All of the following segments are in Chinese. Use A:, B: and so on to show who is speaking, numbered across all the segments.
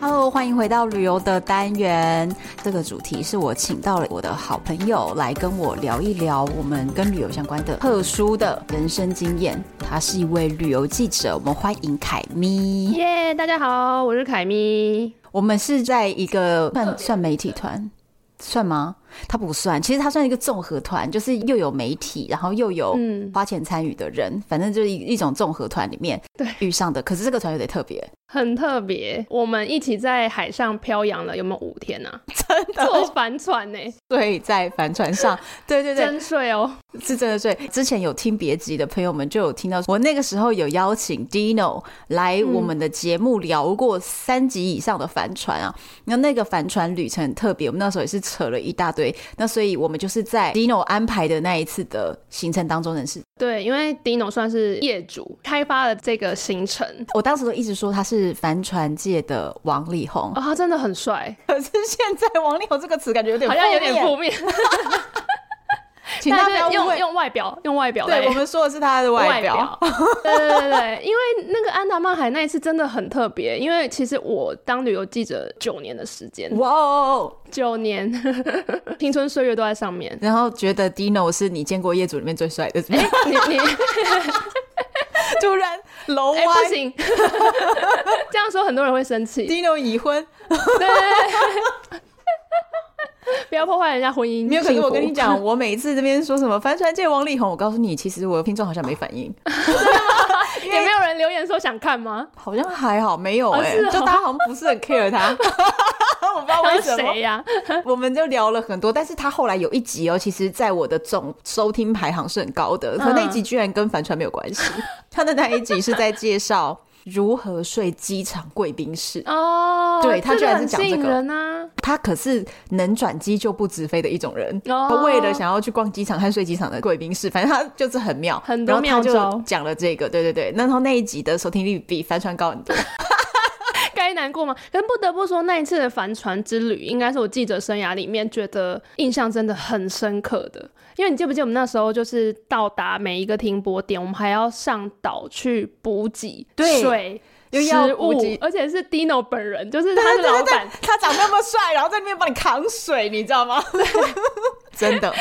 A: Hello，欢迎回到旅游的单元。这个主题是我请到了我的好朋友来跟我聊一聊我们跟旅游相关的特殊的人生经验。他是一位旅游记者，我们欢迎凯咪。
B: 耶大家好，我是凯咪。
A: 我们是在一个算算媒体团，算吗？他不算，其实他算一个综合团，就是又有媒体，然后又有
B: 嗯，
A: 花钱参与的人，反正就是一一种综合团里面
B: 对
A: 遇上的。可是这个团有点特 别，
B: 很特别，我们一起在海上漂洋了，有没有五天啊？
A: 真
B: 坐
A: 的
B: 帆船呢、
A: 对，在帆船上，对对对，
B: 真睡哦。
A: 是真的对。之前有听别集的朋友们就有听到，我那个时候有邀请 Dino 来我们的节目聊过三集以上的帆船啊。那那个帆船旅程很特别，我们那时候也是扯了一大堆。那所以我们就是在 Dino 安排的那一次的行程当中认识。
B: 对，因为 Dino 算是业主，开发了这个行程，
A: 我当时都一直说他是帆船界的王力宏，
B: 哦，他真的很帅，
A: 可是现在王力宏这个词感觉有点
B: 好像有点
A: 负
B: 负
A: 面，
B: 面，
A: 请大
B: 但
A: 家
B: 是
A: 不要误
B: 用
A: 会。
B: 用外表，用外表来
A: 对我们说的是他的外表，
B: 表。对对对对，因为那个安达曼海那一次真的很特别，因为其实我当旅游记者九年的时间，
A: 哇哦！
B: 九年，青春岁月都在上面。
A: 然后觉得 Dino 是你见过业主里面最帅 的，
B: 哎、你你。
A: 突然楼
B: 哎、
A: 歪、
B: 不行， 这样说很多人会生气。对
A: d i n o 已婚，
B: 对对， 不要破坏人家婚姻。
A: 没有。可是
B: 幸福
A: 我跟你，讲，我每一次这边说什么帆船界王力宏，我告诉你，其实我的听众好像没反 应，因
B: 也
A: 为
B: 没 有人留言说想看吗？
A: 好像还好没有
B: 哦
A: 哎、
B: 是哦
A: 就大家好像不是很 care 他， 我不知道
B: 他
A: 哦为
B: 是
A: 什么
B: 谁。啊呀、
A: 我们就聊了很多，但是他后来有一集哦，其实在我的总收听排行是很高的，可
B: 嗯
A: 那一集居然跟帆船没有关系。 他的那一集是在介绍如何睡机场贵宾室，
B: 哦，
A: 对他居然是
B: 这
A: 讲
B: 个
A: 这
B: 很吸
A: 个
B: 引人啊。
A: 他可是能转机就不直飞的一种人。他
B: 哦，
A: 为了想要去逛机场和睡机场的贵宾室，反正他就是很妙，
B: 很多
A: 然后他
B: 妙
A: 就
B: 招
A: 讲了这个，对对对。那然后那一集的收听率比帆船高很 多，
B: 该难过吗？但不得不说，那一次的帆船之旅，应该是我记者生涯里面觉得印象真的很深刻的。因为你记不记得我们那时候就是到达每一个停泊点，我们还要上岛去补给
A: 对
B: 水、
A: 又要
B: 食
A: 补
B: 物
A: 给，
B: 而且是 Dino 本人，就是他是老板。
A: 他长那么帅，然后在那边帮你扛水，你知道吗？ 真的，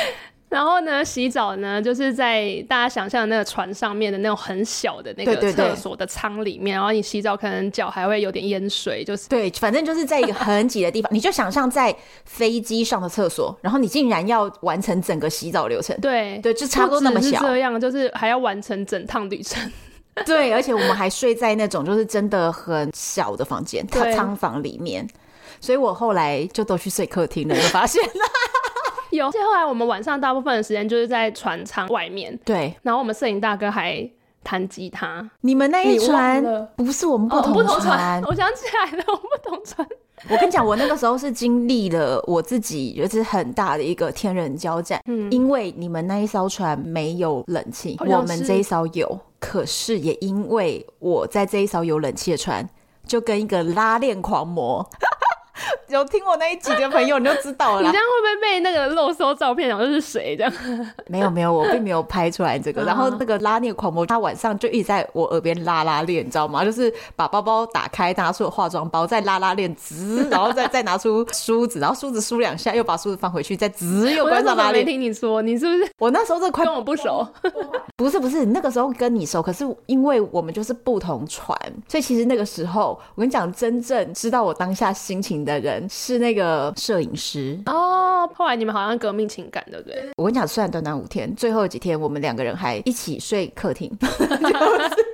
B: 然后呢，洗澡呢，就是在大家想象的那个船上面的那种很小的那
A: 对对对
B: 个厕所的舱里面，然后你洗澡可能脚还会有点淹水，就是
A: 对，反正就是在一个很挤的地方，你就想象在飞机上的厕所，然后你竟然要完成整个洗澡流程，
B: 对。
A: 对，就差不多那么
B: 只是
A: 小，
B: 这样就是还要完成整趟旅程。
A: 对，而且我们还睡在那种就是真的很小的房间，它
B: 对
A: 仓房里面。所以我后来就都去睡客厅了，有发 现？
B: 有，而且后来我们晚上大部分的时间就是在船舱外面，
A: 对，
B: 然后我们摄影大哥还弹吉他。
A: 你们那一
B: 你忘
A: 船
B: 了
A: 不是我们不
B: 哦，我们
A: 同
B: 不同
A: 船。
B: 我想起来了，我们不同船。
A: 我跟你讲，我那个时候是经历了我自己就是很大的一个天人交战，
B: 嗯哦
A: 因为你们那一艘船没有冷气，
B: 好像
A: 我们
B: 是
A: 这一艘有，可是也因为我在这一艘有冷气的船，就跟一个拉链狂魔。 有听我那一集的朋友你就知道了
B: 你
A: 啦
B: 这，样会不会被那个漏搜照片，然后是谁这样？
A: 没有没有，我并没有拍出来这个。
B: 嗯
A: 然后那个拉链狂魔，他晚上就一直在我耳边拉拉链，你知道吗？就是把包包打开，拿出我化妆包，再拉拉链，滋，然后再再拿出梳子，然后梳子梳两下，又把梳子放回去，再滋，又
B: 我那
A: 关
B: 时候
A: 上拉
B: 没
A: 链。
B: 听你说，你是不是
A: 我那时候这快
B: 跟我不熟？
A: 不是不是，那个时候跟你熟，可是因为我们就是不同船，所以其实那个时候我跟你讲，真正知道我当下心情的人是那个摄影师。
B: 哦，后来你们好像革命情感，对不对？
A: 我跟你讲，虽然短短五天，最后几天我们两个人还一起睡客厅， 就是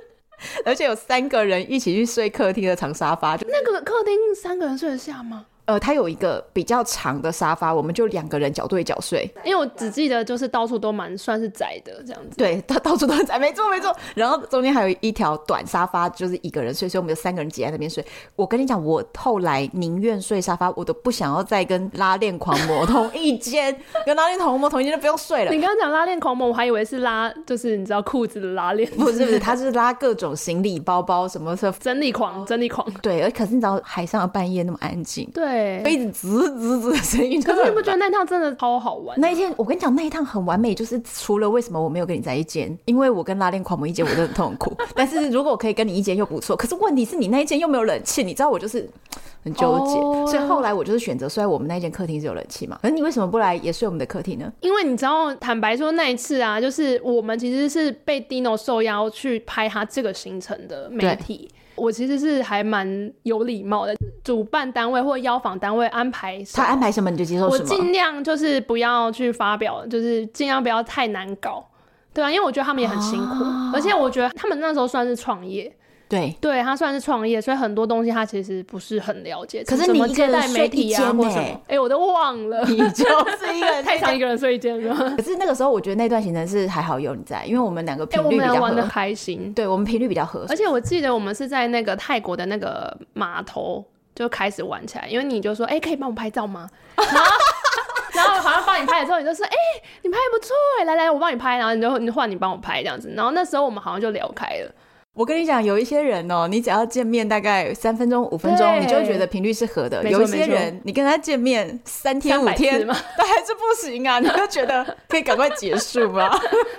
A: 而且有三个人一起去睡客厅的长沙发，就
B: 那个客厅三个人睡得下吗？
A: 呃，它有一个比较长的沙发，我们就两个人脚对脚睡，
B: 因为我只记得就是到处都蛮算是窄的这样子。
A: 对，到到处都很窄，没错没错。然后中间还有一条短沙发，就是一个人睡，所以我们就三个人挤在那边睡。我跟你讲，我后来宁愿睡沙发，我都不想要再跟拉链狂魔同一间，跟拉链狂魔同一间就不用睡了。
B: 你刚刚讲拉链狂魔，我还以为是拉，就是你知道裤子的拉链，
A: 不 是不是，他是拉各种行李、包包什么的。
B: 整理狂，整理狂。
A: 对，而可是你知道海上的半夜那么安静，
B: 对，
A: 杯子吱吱吱的声音就
B: 可
A: 很烦，
B: 是你不觉得那套真的超好玩？
A: 那一天，我跟你讲，那一趟很完美，就是除了为什么我没有跟你在一间，因为我跟拉链狂魔一间，我都很痛 苦。但是如果我可以跟你一间又不错，可是问题是你那一间又没有冷气，你知道我就是很纠结。
B: 哦
A: 所以后来我就是选择，虽然我们那一间客厅是有冷气嘛，可是你为什么不来也睡我们的客厅呢？
B: 因为你知道，坦白说那一次啊，就是我们其实是被 Dino 受邀去拍他这个行程的媒体。我其实是还蛮有礼貌的，主办单位或邀访单位安排什
A: 他
B: 么
A: 安排什么你就接受
B: 我
A: 什么。
B: 尽量就是不要去发表，就是尽量不要太难搞，对啊，因为我觉得他们也很辛苦，
A: 啊
B: 而且我觉得他们那时候算是创业，
A: 对，
B: 对他算是创业，所以很多东西他其实不是很了解，
A: 可是
B: 什么
A: 你一个
B: 接
A: 人
B: 待
A: 睡
B: 媒体
A: 一
B: 啊
A: 间
B: 或什么，
A: 欸
B: 哎、我都忘了，
A: 你就是一个人
B: 太常一个人睡一间 了，
A: 可是那个时候，我觉得那段行程是还好有你在，因为我们两个
B: 哎、
A: 频
B: 我
A: 率
B: 们
A: 比
B: 俩
A: 较
B: 玩的
A: 合，
B: 开心，
A: 对我们频率比较合。
B: 而且我记得我们是在那个泰国的那个码头就开始玩起来，因为你就说，哎、可以帮我拍照吗？ 然后。然后好像帮你拍了之后，你就说：“哎、你拍得不错哎，来来，我帮你拍。”然后你就你换你帮我拍这样子。然后那时候我们好像就聊开了，
A: 我跟你讲，有一些人哦，你只要见面大概三分钟、五分钟，
B: 对
A: 你就会觉得频率是合的。
B: 没错
A: 有一些
B: 没
A: 人，你跟他见面三天五
B: 300
A: 天
B: 次吗，
A: 但还是不行啊，你就觉得可以赶快结束 吧。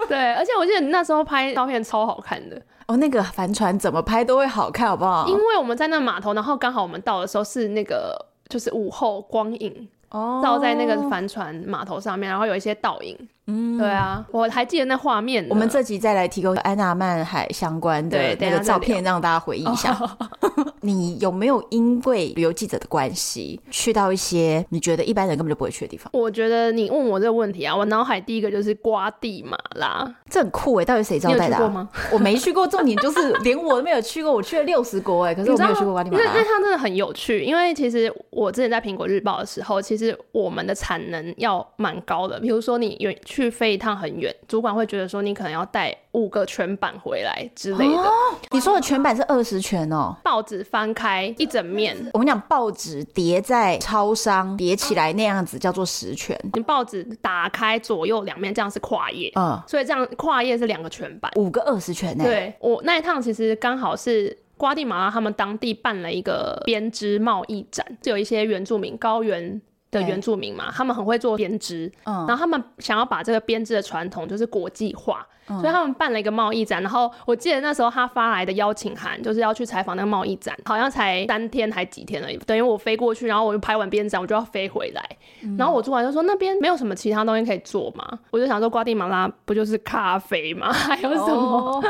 B: 对。而且我记得你那时候拍照片超好看的，
A: 哦，那个帆船怎么拍都会好看，好不好
B: 因？为我们在那码头，然后刚好我们到的时候是那个就是午后光影
A: 哦
B: 照在那个帆船码头上面，然后有一些倒影。嗯，对啊，我还记得那画面呢。
A: 我们这集再来提供安娜曼海相关的
B: 对
A: 那
B: 等一
A: 个
B: 下哦
A: 照片，让大家回忆一下。 你有没有因为旅游记者的关系，去到一些你觉得一般人根本就不会去的地方？
B: 我觉得你问我这个问题啊，我脑海第一个就是瓜地马拉，
A: 这很酷哎、到底谁
B: 你
A: 招
B: 有
A: 待
B: 去
A: 的、
B: 过
A: 啊？
B: 吗？
A: 我没去过，重点就是连我都没有去过，我去了六十国哎、可是我没有去过瓜地马
B: 那那
A: 拉。
B: 趟真的很有趣，因为其实我之前在苹果日报的时候，其实我们的产能要蛮高的。比如说你远去飞一趟很远，主管会觉得说你可能要带五个全版回来之类的。
A: 你说的全版是二十全哦。
B: 报纸翻开一整面，
A: 我们讲报纸叠在超商叠起来那样子叫做十全，
B: 你报纸打开左右两面，这样是跨页，
A: 嗯，
B: 所以这样跨页是两个全版。
A: 五个二十全哎呢、
B: 对我那一趟其实刚好是瓜地马拉他们当地办了一个编织贸易展，就有一些原住民高原。的
A: 对
B: 原住民嘛，他们很会做编织，
A: 嗯
B: 然后他们想要把这个编织的传统就是国际化，所以他们办了一个贸易展。然后我记得那时候他发来的邀请函，就是要去采访那个贸易展，好像才三天还几天而已。等于我飞过去，然后我就拍完编展，我就要飞回来。然后我主管就说那边没有什么其他东西可以做嘛，我就想说瓜地马拉不就是咖啡吗？还有什么？
A: 哦？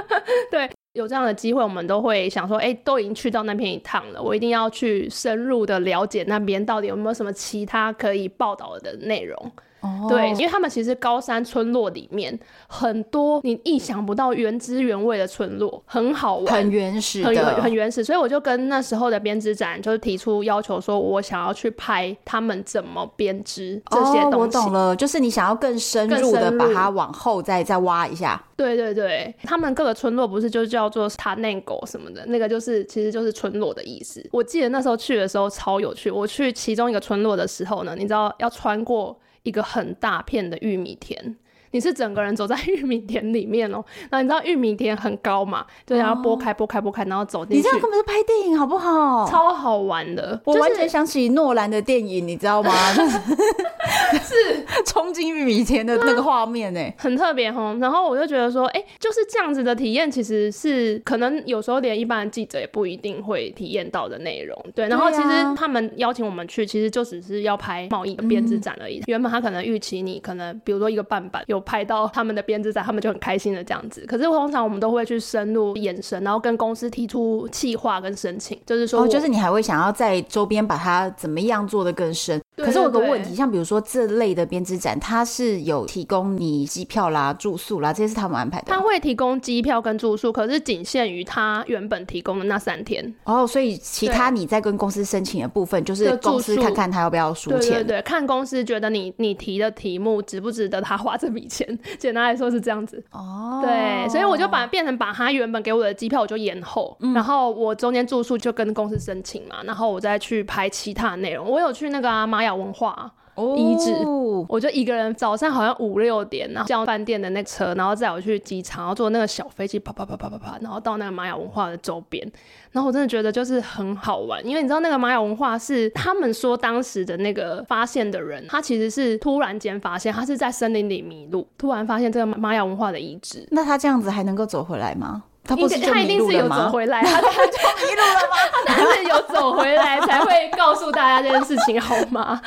B: 有这样的机会，我们都会想说，哎、都已经去到那边一趟了，我一定要去深入的了解那边到底有没有什么其他可以报道的内容。
A: 哦
B: 对，因为他们其实高山村落里面很多你意想不到原汁原味的村落，很好玩，
A: 很原始
B: 很原
A: 的
B: 很。原始，所以我就跟那时候的编织展就是提出要求，说我想要去拍他们怎么编织这些
A: 哦，我
B: 东西。
A: 懂了，就是你想要更深入
B: 更
A: 的
B: 深入
A: 把它往后再再挖一下。
B: 对对对，他们各个村落不是就叫做塔内狗什么的，那个就是其实就是村落的意思。我记得那时候去的时候超有趣，我去其中一个村落的时候呢，你知道要穿过一个很大片的玉米田。你是整个人走在 玉米田里面哦，那你知道玉米田很高嘛，就然后拨开、拨开、拨开，然后走进
A: 哦你
B: 去
A: 这，样根本是拍电影好不好？
B: 超好玩的。
A: 我完
B: 就是
A: 全想起诺兰的电影，你知 道吗？是 冲进玉米田的那个画面哎呢、
B: 很特别哦，然后我就觉得说，哎、就是这样子的体验，其实是可能有时候连一般的记者也不一定会体验到的内容。对，然后
A: 对
B: 其
A: 啊
B: 实他们邀请我们去，其实就只是要拍贸易的编织展而
A: 嗯
B: 已。原本他可能预期你可能比如说一个半版有拍到他们的编织展，他们就很开心的这样子。可是通常我们都会去深入延伸，然后跟公司提出
A: 哦
B: 企划跟申请，就是说我、
A: 哦，就是你还会想要在周边把它怎么样做的更深，
B: 对
A: 可是我有个
B: 对对
A: 问题，像比如说这类的编织展，它是有提供你机票啦、住宿啦，这些是他们安排的
B: 他
A: 吗。
B: 会提供机票跟住宿，可是仅限于他原本提供的那三天。
A: 哦，所以其他你在跟公司申请的部分，就是
B: 就住
A: 公司
B: 宿
A: 看看他要不要出
B: 对
A: 钱。
B: 对对，看公司觉得你你提的题目值不值得他花这笔钱。简单来说是这样子。
A: 哦，
B: 对，所以我就把变成把他原本给我的机票我就延后，
A: 嗯
B: 然后我中间住宿就跟公司申请嘛，然后我再去拍其他的内容。我有去那个、啊、玛雅文化啊、移植
A: 哦
B: 我就一个人早上好像五六点，然后叫饭店的那车，然后载我去机场，然后坐那个小飞机啪啪啪啪啪啪，然后到那个玛雅文化的周边，然后我真的觉得就是很好玩，因为你知道那个玛雅文化是他们说当时的那个发现的人，他其实是突然间发现，他是在森林里迷路，突然发现这个玛雅文化的遗址。
A: 那他这样子还能够走回来吗？他不
B: 应
A: 是
B: 该
A: 就
B: 他一
A: 迷
B: 定
A: 路
B: 是有
A: 了
B: 走
A: 吗？
B: 回来，他就迷路 了吗？他当是有走回来才会告诉大家这件事情，好吗？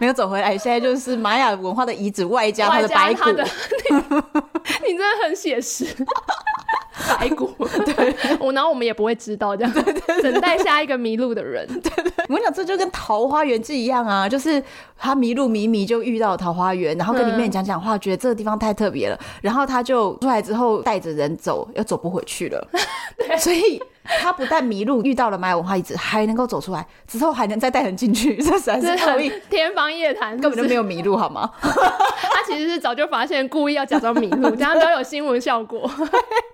A: 没有走回来，现在就是玛雅文化的遗址，外加他
B: 外
A: 的
B: 加
A: 白
B: 他
A: 骨
B: 的， 你你真的很写 实，白骨。 对，我然后我们也不会知道这样，等待下一个迷路的人。
A: 我跟你讲，这就跟《桃花源记》一样啊，就是他迷路迷迷就遇到桃花源，然后跟里面人讲讲话，觉得这个地方太特别了，然后他就出来之后带着人走，又走不回去了。对，所以他不但迷路遇到了玛雅文化遗址，还能够走出来，之后还能再带人进去，这实在
B: 这
A: 是
B: 很
A: 故意，
B: 天方夜谭，
A: 根本就没
B: 有。
A: 有迷路，好吗？
B: 他其实是早就发现，故意要假装迷路，这样都有新闻效果。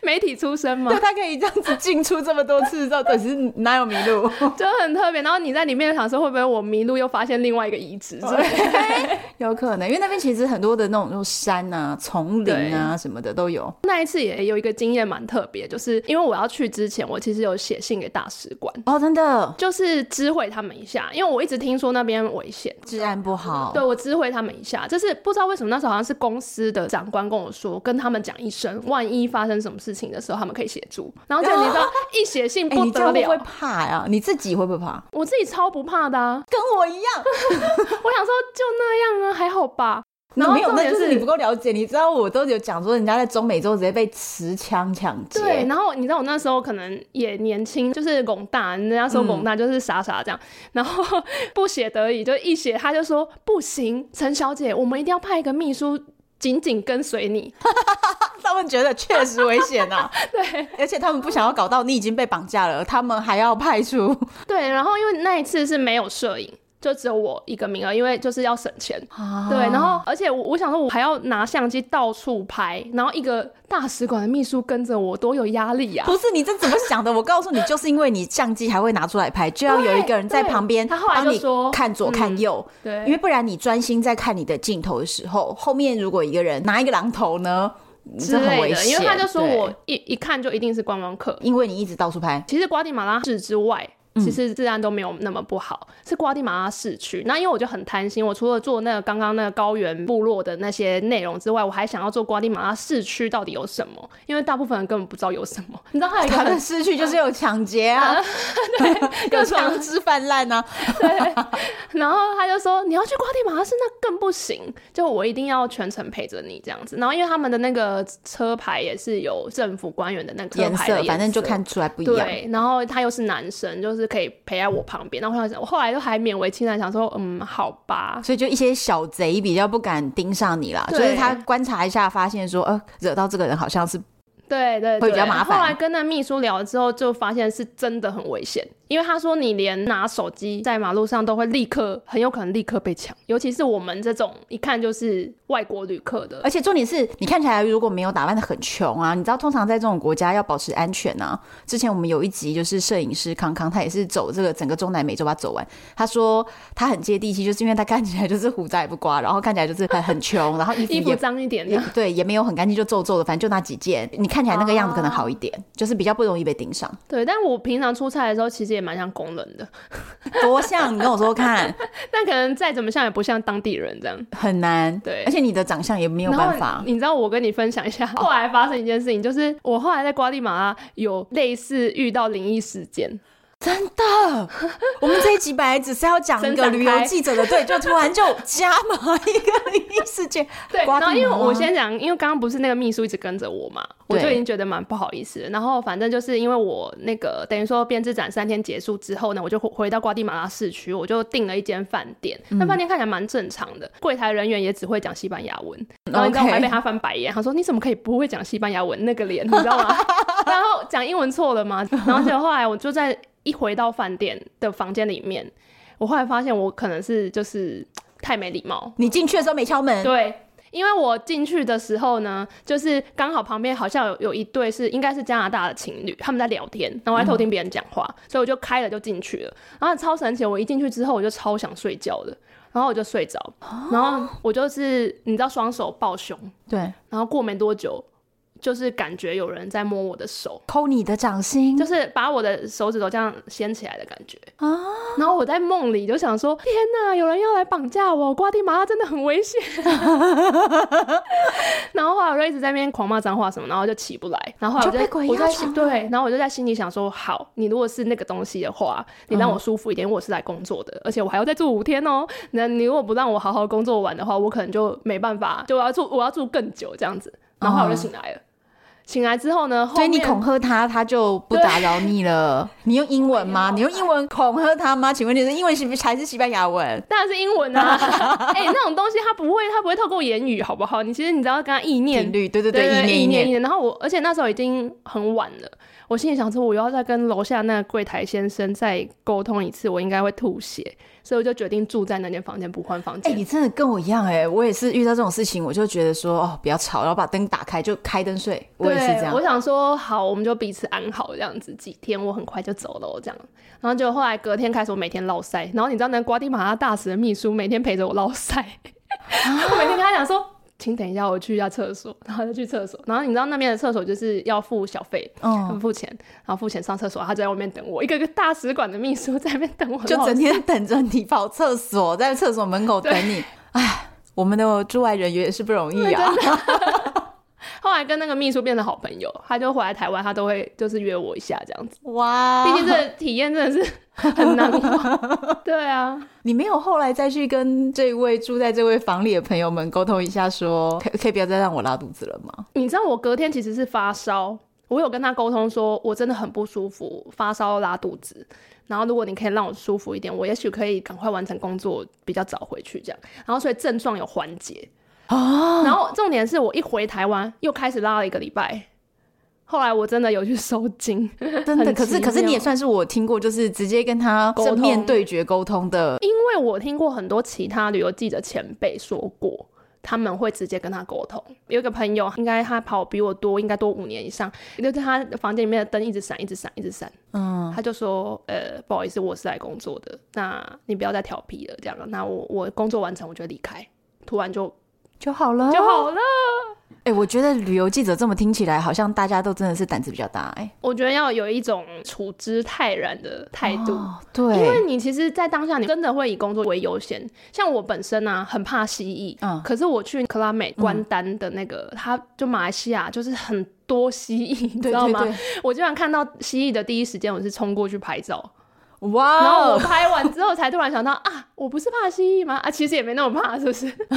B: 媒体出身嘛
A: 对，，他可以这样子进出这么多次，到底是哪有迷路？
B: 就很特别。然后你在里面想说，会不会我迷路又发现另外一个遗址之类的？
A: 有可能，因为那边其实很多的那种那种山啊、丛林啊什么的都有。
B: 那一次也有一个经验蛮特别，就是因为我要去之前，我其实有写信给大使馆。
A: 哦，真的，
B: 就是知会他们一下，因为我一直听说那边危险，
A: 治安不好。
B: 对我知会他们一下，就是不知道为什么那时候好像是公司的长官跟我说，跟他们讲一声，万一发生什么事情的时候，他们可以协助。然后就你知 道，一写信
A: 哎、
B: 不
A: 你这
B: 得
A: 样会不会
B: 了，
A: 怕呀、你自己会不会怕？
B: 我自己超不怕的、啊，
A: 跟我一样，
B: 我想说就那样啊，还好吧。
A: 那
B: 然后
A: 没有，
B: 重
A: 那
B: 点
A: 就是
B: 是
A: 你不够了解。你知道，我都有讲说，人家在中美洲直接被持枪抢劫。
B: 对，然后你知道我那时候可能也年轻，就是拱大，人家
A: 嗯
B: 说拱大就是傻傻这样，然后 不写得已就一写，他就说不行，陈小姐，我们一定要派一个秘书紧紧跟随你，
A: 他们觉得确实危险呐、
B: 对，
A: 而且他们不想要搞到你已经被绑架了，他们还要派出。
B: 对，然后因为那一次是没有摄影，就只有我一个名额，因为就是要省钱。
A: 啊
B: 对，然后而且我我想说，我还要拿相机到处拍，然后一个大使馆的秘书跟着我，多有压力呀、
A: 不是你这怎么想的？我告诉你，就是因为你相机还会拿出来拍，就要有一个人在旁边
B: 对他后来就
A: 帮你
B: 说嗯
A: 看左看右，因
B: 对
A: 为，不然你专心在看你的镜头的时候，后面如果一个人拿一个榔头呢，
B: 之
A: 这很
B: 类
A: 危
B: 的，
A: 险。
B: 因为他就说
A: 对
B: 我，一一看就一定是观光客。
A: 因为你一直到处拍，
B: 其实瓜地马拉市之外。
A: 嗯
B: 其实治安都没有那么不好，是瓜地马拉市区。那因为我就很贪心，我除了做那个刚刚那个高原部落的那些内容之外，我还想要做瓜地马拉市区到底有什么，因为大部分人根本不知道有什么。 你知道还有一 个
A: 他
B: 很
A: 的失去就是有抢劫 啊， 有强制泛滥啊，
B: 然后他就说你要去瓜地马拉市，那更不行，就我一定要全程陪着你这样子。然后因为他们的那个车牌也是有政府官员的那个车
A: 颜
B: 牌的
A: 色
B: 颜
A: 反正就看出来不一样。
B: 对，然后他又是男生，就是可以陪在我旁边。然后我想，我后来就还勉为其难，想说，嗯，好吧，
A: 所以就一些小贼比较不敢盯上你啦，就
B: 对
A: 是他观察一下，发现说，呃，惹到这个人好像是
B: 对对对，
A: 会比较麻烦
B: 后来跟那秘书聊了之后，就发现是真的很危险，因为他说你连拿手机在马路上都会立刻，很有可能立刻被抢，尤其是我们这种一看就是外国旅客 的
A: 而且重点是你看起来如果没有打扮的很穷啊，你知道通常在这种国家要保持安全啊。之前我们有一集就是摄影师康康，他也是走这个整个中南美洲吧走完，他说他很接地气，就是因为他看起来就是胡子也不刮，然后看起来就是很很穷，然后衣服
B: 衣服
A: 也。
B: 脏一点
A: 也
B: 的。
A: 对，也没有很干净，就皱皱的，反正就那几件。你看起来那个样子可能好一点，就是比较不容易被盯上。
B: 对，但我平常出差的时候其实也蛮像工人的，
A: 多像你跟我说看，
B: 但可能再怎么像也不像当地人这样。
A: 很难。
B: 对
A: 而且你的长相也没有
B: 然后
A: 办法。
B: 你知道我跟你分享一下， 后来发生一件事情，就是我后来在瓜地马拉有类似遇到灵异事件。
A: 真的，我们这一集本来只是要讲一个旅游记者的，对，就突然就加码一个灵异事件。
B: 对，
A: 刮
B: 然后因为
A: 地毛啊
B: 我先讲，因为刚刚不是那个秘书一直跟着我嘛，我就
A: 对
B: 已经觉得蛮不好意思了。然后反正就是因为我那个等于说编织展三天结束之后呢，我就回回到瓜地马拉市区，我就订了一间饭店。
A: 嗯
B: 那饭店看起来蛮正常的，柜台人员也只会讲西班牙文。然后你知道我还
A: OK
B: 被他翻白眼，他说你怎么可以不会讲西班牙文那个脸，你知道吗？ 然后讲英文错了吗？然后结果后来我就在一回到饭店的房间里面，我后来发现我可能是就是太没礼貌，
A: 你进去的时候没敲门，
B: 对，因为我进去的时候呢，就是刚好旁边好像有有一对是应该是加拿大的情侣，他们在聊天，然后我在偷听别人讲话，所以我就开了就进去了。然后超神奇，我一进去之后我就超想睡觉的，然后我就睡着，然后我就是你知道双手抱胸，
A: 对，
B: 然后过没多久。就是感觉有人在摸我的手，
A: 抠你的掌心哦
B: 就，是把我的手指头这样掀起来的感觉啊！然后我在梦里就想说：天哪，有人要来绑架我！瓜地马拉真的很危 险。然后后来我就一直在那边狂骂脏话什么，然后就起不来。然后后来我
A: 就被鬼
B: 我
A: 压
B: 在
A: 床
B: 心对，然后我就在心里想说：好，你如果是那个东西的话，
A: 嗯
B: 你让我舒服一点，因为我是来工作的，而且我还要再住五天哦。那你如果不让我好好工作完的话，我可能就没办法，就我要住我要住更久这样子。然后后来我就醒来了。醒来之后呢，后
A: 哦所以你
B: 面
A: 恐吓他，他就不打扰你了。你用英文 吗？你用英文恐吓他吗？请问你是英文是还是西班牙文？
B: 当然是英文 啊！哎、那种东西他不会，他不会透过言语，好不好？你其实你只要跟他意念
A: 频，率，对对对，一
B: 对
A: 年一
B: 意念
A: 年
B: 意。念。然后我，而且那时候已经很晚了，我心里想说，我又要再跟楼下那个柜台先生再沟通一次，我应该会吐血，所以我就决定住在那间房间，不换房
A: 哎、
B: 间。
A: 你真的跟我一样哎、我也是遇到这种事情，我就觉得说哦，不要吵，然后把灯打开就开灯睡，我也是
B: 对
A: 这样
B: 我。想说好，我们就彼此安好这样子，几天我很快就走了哦这样。然后就后来隔天开始，我每天落塞，然后你知道那瓜地马拉大使的秘书每天陪着我落塞，
A: 啊
B: 我每天跟他讲说。请等一下，我去一下厕所，然后就去厕所。然后你知道那边的厕所就是要付小费，
A: 嗯，
B: 付钱，然后付钱上厕所，他就在外面等我。一个个大使馆的秘书在那边等我，
A: 就整
B: 然后
A: 天等着你跑厕所，在厕所门口等你。哎，我们的驻外人员也是不容易啊。
B: 后来跟那个秘书变成好朋友，他就回来台湾，他都会就是约我一下这样子。
A: 哇，
B: 毕竟这个体验真的是很 难忘。对啊，
A: 你没有后来再去跟这位住在这位房里的朋友们沟通一下说可可以不要再让我拉肚子了 吗？
B: 你知道我隔天其实是发烧，我有跟他沟通说，我真的很不舒服，发烧拉肚子。然后如果你可以让我舒服一点，我也许可以赶快完成工作，比较早回去这样。然后所以症状有缓解哦。然后重点是我一回台湾又开始拉了一个礼拜，后来我真的有去收经，
A: 真的，
B: 很
A: 可是
B: 奇
A: 可是你也
B: 妙
A: 算是我听过，就是直接跟他
B: 沟通
A: 正面对决沟通的。
B: 因为我听过很多其他旅游记者前辈说过，他们会直接跟他沟通。有一个朋友，应该他跑比我多，应该多五年以上，就在他房间里面的灯一直闪，一直闪，一直闪。嗯，他就说，呃，不好意思，我是来工作的，那你不要再调皮了，这样，那我我工作完成我就离开。突然就
A: 就好了，
B: 就好了。
A: 哎、我觉得旅游记者这么听起来，好像大家都真的是胆子比较大哎、
B: 我觉得要有一种处之泰然的态度。
A: 哦，对，
B: 因为你其实，在当下，你真的会以工作为优先。像我本身啊，很怕蜥蜴，
A: 嗯
B: 可是我去克拉美关丹的那个，它就马来西亚就是很多蜥蜴，你知
A: 对
B: 道
A: 对
B: 吗？
A: 对，
B: 我居然看到蜥蜴的第一时间，我是冲过去拍照，然后
A: 哇
B: 我
A: 哦！
B: 拍完之后才突然想到啊，我不是怕蜥蜴吗？啊，其实也没那么怕，是不是？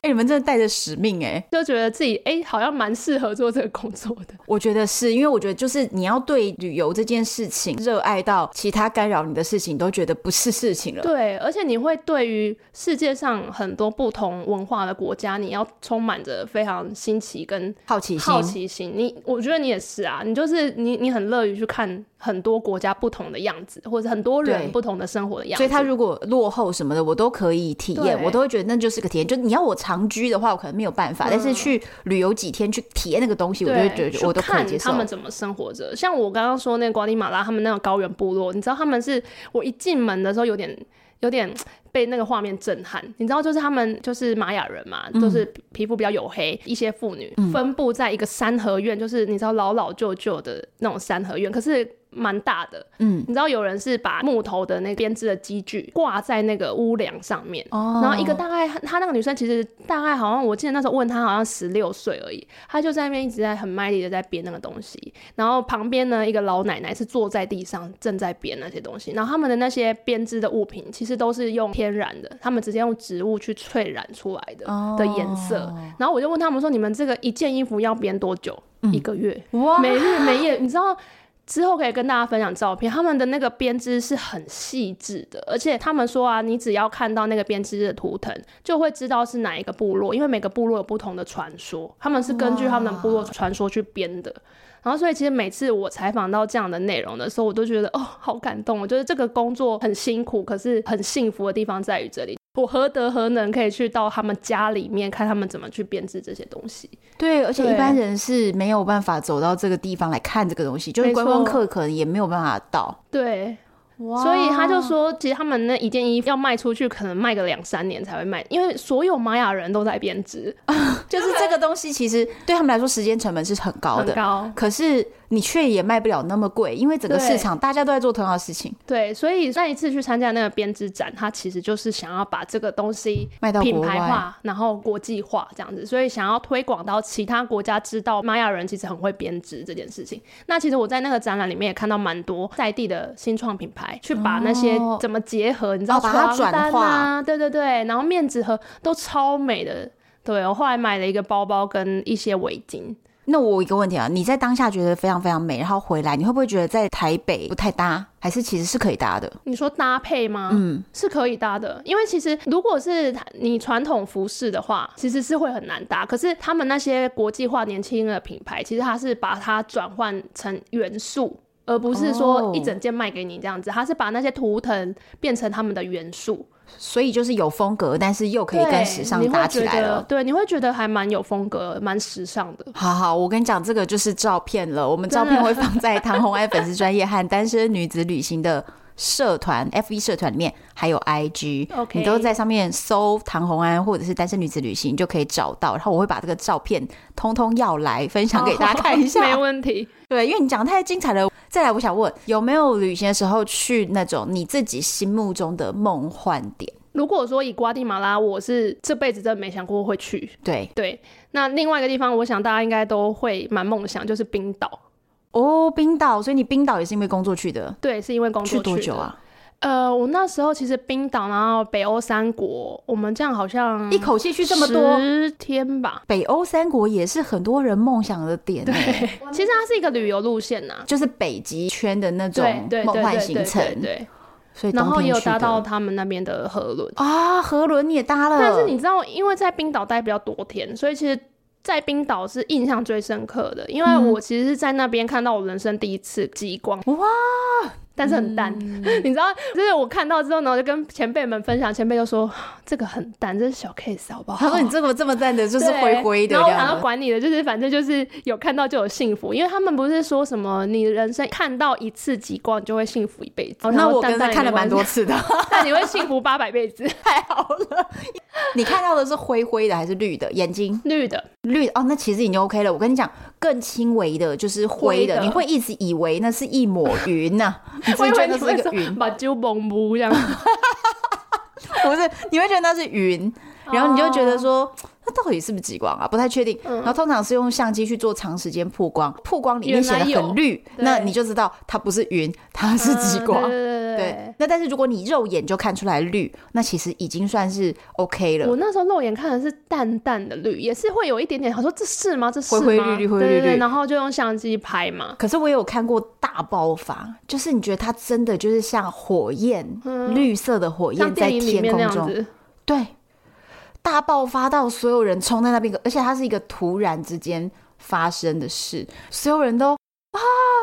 A: 哎、你们真的带着使命哎、
B: 就觉得自己哎、好像蛮适合做这个工作的。
A: 我觉得是因为我觉得就是你要对旅游这件事情热爱到其他干扰你的事情都觉得不是事情了。
B: 对，而且你会对于世界上很多不同文化的国家，你要充满着非常新奇跟
A: 好奇心，
B: 好奇心，你我觉得你也是啊，你就是你你很乐于去看很多国家不同的样子，或者很多
A: 对
B: 人不同的生活的样子。
A: 所以他如果落后什么的，我都可以体验，
B: 对
A: 我都会觉得那就是个体验。就你要我长居的话，我可能没有办法，但是去旅游几天去体验那个东西，我就会觉
B: 嗯对，
A: 得我都
B: 去
A: 可以接
B: 看
A: 受
B: 他。们怎么生活着。像我刚刚说那个瓜地马拉，他们那种高原部落，你知道他们是我一进门的时候有点有点被那个画面震撼。你知道，就是他们就是玛雅人嘛，就是
A: 嗯
B: 皮皮肤比较黝黑，一些妇女分布在一个三合院，就是你知道老老旧旧的那种三合院，可是。蛮大的。
A: 嗯，
B: 你知道有人是把木头的那个编织的机具挂在那个屋梁上面，
A: 哦
B: 然后一个大概她那个女生其实大概好像我记得那时候问她好像十六岁而已，她就在那边一直在很卖力的在编那个东西，然后旁边呢一个老奶奶是坐在地上正在编那些东西，然后他们的那些编织的物品其实都是用天然的，他们直接用植物去萃染出来的、的颜色，然后我就问他们说你们这个一件衣服要编多久？一个月，
A: 哇，
B: 每日每夜，你知道。之后可以跟大家分享照片，他们的那个编织是很细致的，而且他们说啊，你只要看到那个编织的图腾，就会知道是哪一个部落，因为每个部落有不同的传说，他们是根据他们的部落传说去编的。然后，所以其实每次我采访到这样的内容的时候，我都觉得哦，好感动。我觉得这个工作很辛苦，可是很幸福的地方在于这里，我何德何能可以去到他们家里面看他们怎么去编织这些东西。
A: 对，而且
B: 对
A: 一般人是没有办法走到这个地方来看这个东西，就是
B: 没
A: 观光
B: 错
A: 客可能也没有办法到。
B: 对，
A: 哇
B: 所以他就说，其实他们那一件衣服要卖出去，可能卖个两三年才会卖，因为所有玛雅人都在编织，
A: 就是这个东西其实对他们来说时间成本是很高
B: 很
A: 的，
B: 高。
A: 可是你却也卖不了那么贵，因为整个市
B: 对
A: 场大家都在做同样的事情，
B: 对，所以那一次去参加那个编织展，他其实就是想要把这个东西
A: 卖到
B: 品
A: 国
B: 牌
A: 外。
B: 化，然后国际化这样子，所以想要推广到其他国家，知道玛雅人其实很会编织这件事情。那其实我在那个展览里面也看到蛮多在地的新创品牌，去把那些
A: 哦
B: 怎么结合，你知道
A: 哦把它
B: 床单
A: 转化
B: 啊，对对对，然后面纸盒都超美的。对我后来买了一个包包跟一些围巾，
A: 那我有一个问题啊，你在当下觉得非常非常美，然后回来你会不会觉得在台北不太搭，还是其实是可以搭的？
B: 你说搭配吗？
A: 嗯，
B: 是可以搭的，因为其实如果是你传统服饰的话，其实是会很难搭。可是他们那些国际化年轻的品牌，其实它是把它转换成元素，而不是
A: 哦
B: 说一整件卖给你这样子，它是把那些图腾变成他们的元素，
A: 所以就是有风格，但是又可以
B: 对
A: 跟时尚
B: 你会
A: 哦搭起来
B: 觉得
A: 了。
B: 对，你会觉得还蛮有风格，蛮时尚 的。
A: 好好，我跟你讲，这个就是照片了。我们照
B: 真的
A: 片会放在唐红爱粉丝专业和单身女子旅行的社团 F 一社团里面，还有 IG。
B: OK
A: 你都在上面搜唐红安或者是单身女子旅行，你就可以找到。然后我会把这个照片通通要来分享给大家看一下。
B: 没问题。
A: 对，因为你讲得太精彩了。再来，我想问，有没有旅行的时候去那种你自己心目中的梦幻点？
B: 如果说以瓜地马拉，我是这辈子真的没想过会去。
A: 对，
B: 对，那另外一个地方，我想大家应该都会蛮梦想，就是冰岛。
A: 哦，冰岛，所以你冰岛也是因为工作去的，
B: 对，是因为工作
A: 去多
B: 的
A: 久？啊？
B: 呃，我那时候其实冰岛，然后北欧三国，我们这样好像
A: 一口气去这么多，
B: 十天吧。
A: 北欧三国也是很多人梦想的点、欸，
B: 其实它是一个旅游路线呐、
A: 就是北极圈的那
B: 对
A: 种
B: 对
A: 梦
B: 对
A: 幻
B: 对
A: 行
B: 对
A: 程，
B: 对对，
A: 所以
B: 然后
A: 冬
B: 也
A: 天
B: 有
A: 去
B: 搭
A: 的
B: 到他们那边的河轮。
A: 啊，河轮也搭了，
B: 但是你知道，因为在冰岛待比较多天，所以其实，在冰岛是印象最深刻的，因
A: 嗯
B: 为我其实是在那边看到我人生第一次极光，
A: 哇！
B: 但是很淡，
A: 嗯
B: 你知道，就是我看到之后呢，我就跟前辈们分享，前辈就说 这个很淡，这是小 case 好不好？
A: 他说你这个这么赞的，就是
B: 对
A: 灰灰的
B: 然后
A: 这
B: 我想要
A: 样子，
B: 管你的，就是反正就是有看到就有幸福，因为他们不是说什么你人生看到一次极光你就会幸福一辈子。
A: 哦那我跟他
B: 他
A: 看了 蛮多，次的，
B: 但你会幸福八百辈子。
A: 太好了。你看到的是灰灰的还是绿的？眼睛
B: 绿的，
A: 绿哦，那其实已经 OK 了。我跟你讲，更轻微的就是灰的，
B: 灰的
A: 你会一直以为那是一抹云呐、啊你只
B: 我 以
A: 会觉得
B: 为
A: 那
B: 你
A: 是
B: 会
A: 一个
B: 说
A: 云，
B: 把酒蒙 木这样。
A: 不是，你会觉得那是云，然后你就觉
B: 哦
A: 得说，那到底是不是极光啊？不太确定。
B: 嗯
A: 然后通常是用相机去做长时间曝光，曝光里面显得
B: 原来有
A: 很绿，
B: 对
A: 那你就知道它不是云，它是极光。
B: 嗯对对
A: 对，那但是如果你肉眼就看出来绿，那其实已经算是 OK
B: 我
A: 了。
B: 那时候肉眼看的是淡淡的绿，也是会有一点点，我说这是吗？这是吗？
A: 灰灰绿绿灰
B: 对
A: 绿
B: 对对
A: 绿
B: 然后就用相机拍嘛。
A: 可是我有看过大爆发，就是你觉得它真的就是像火焰，绿色的火
B: 嗯像
A: 焰在
B: 电影里
A: 天
B: 面那
A: 空
B: 样
A: 中，
B: 子，
A: 对，大爆发到所有人冲在那边，而且它是一个突然之间发生的事，所有人都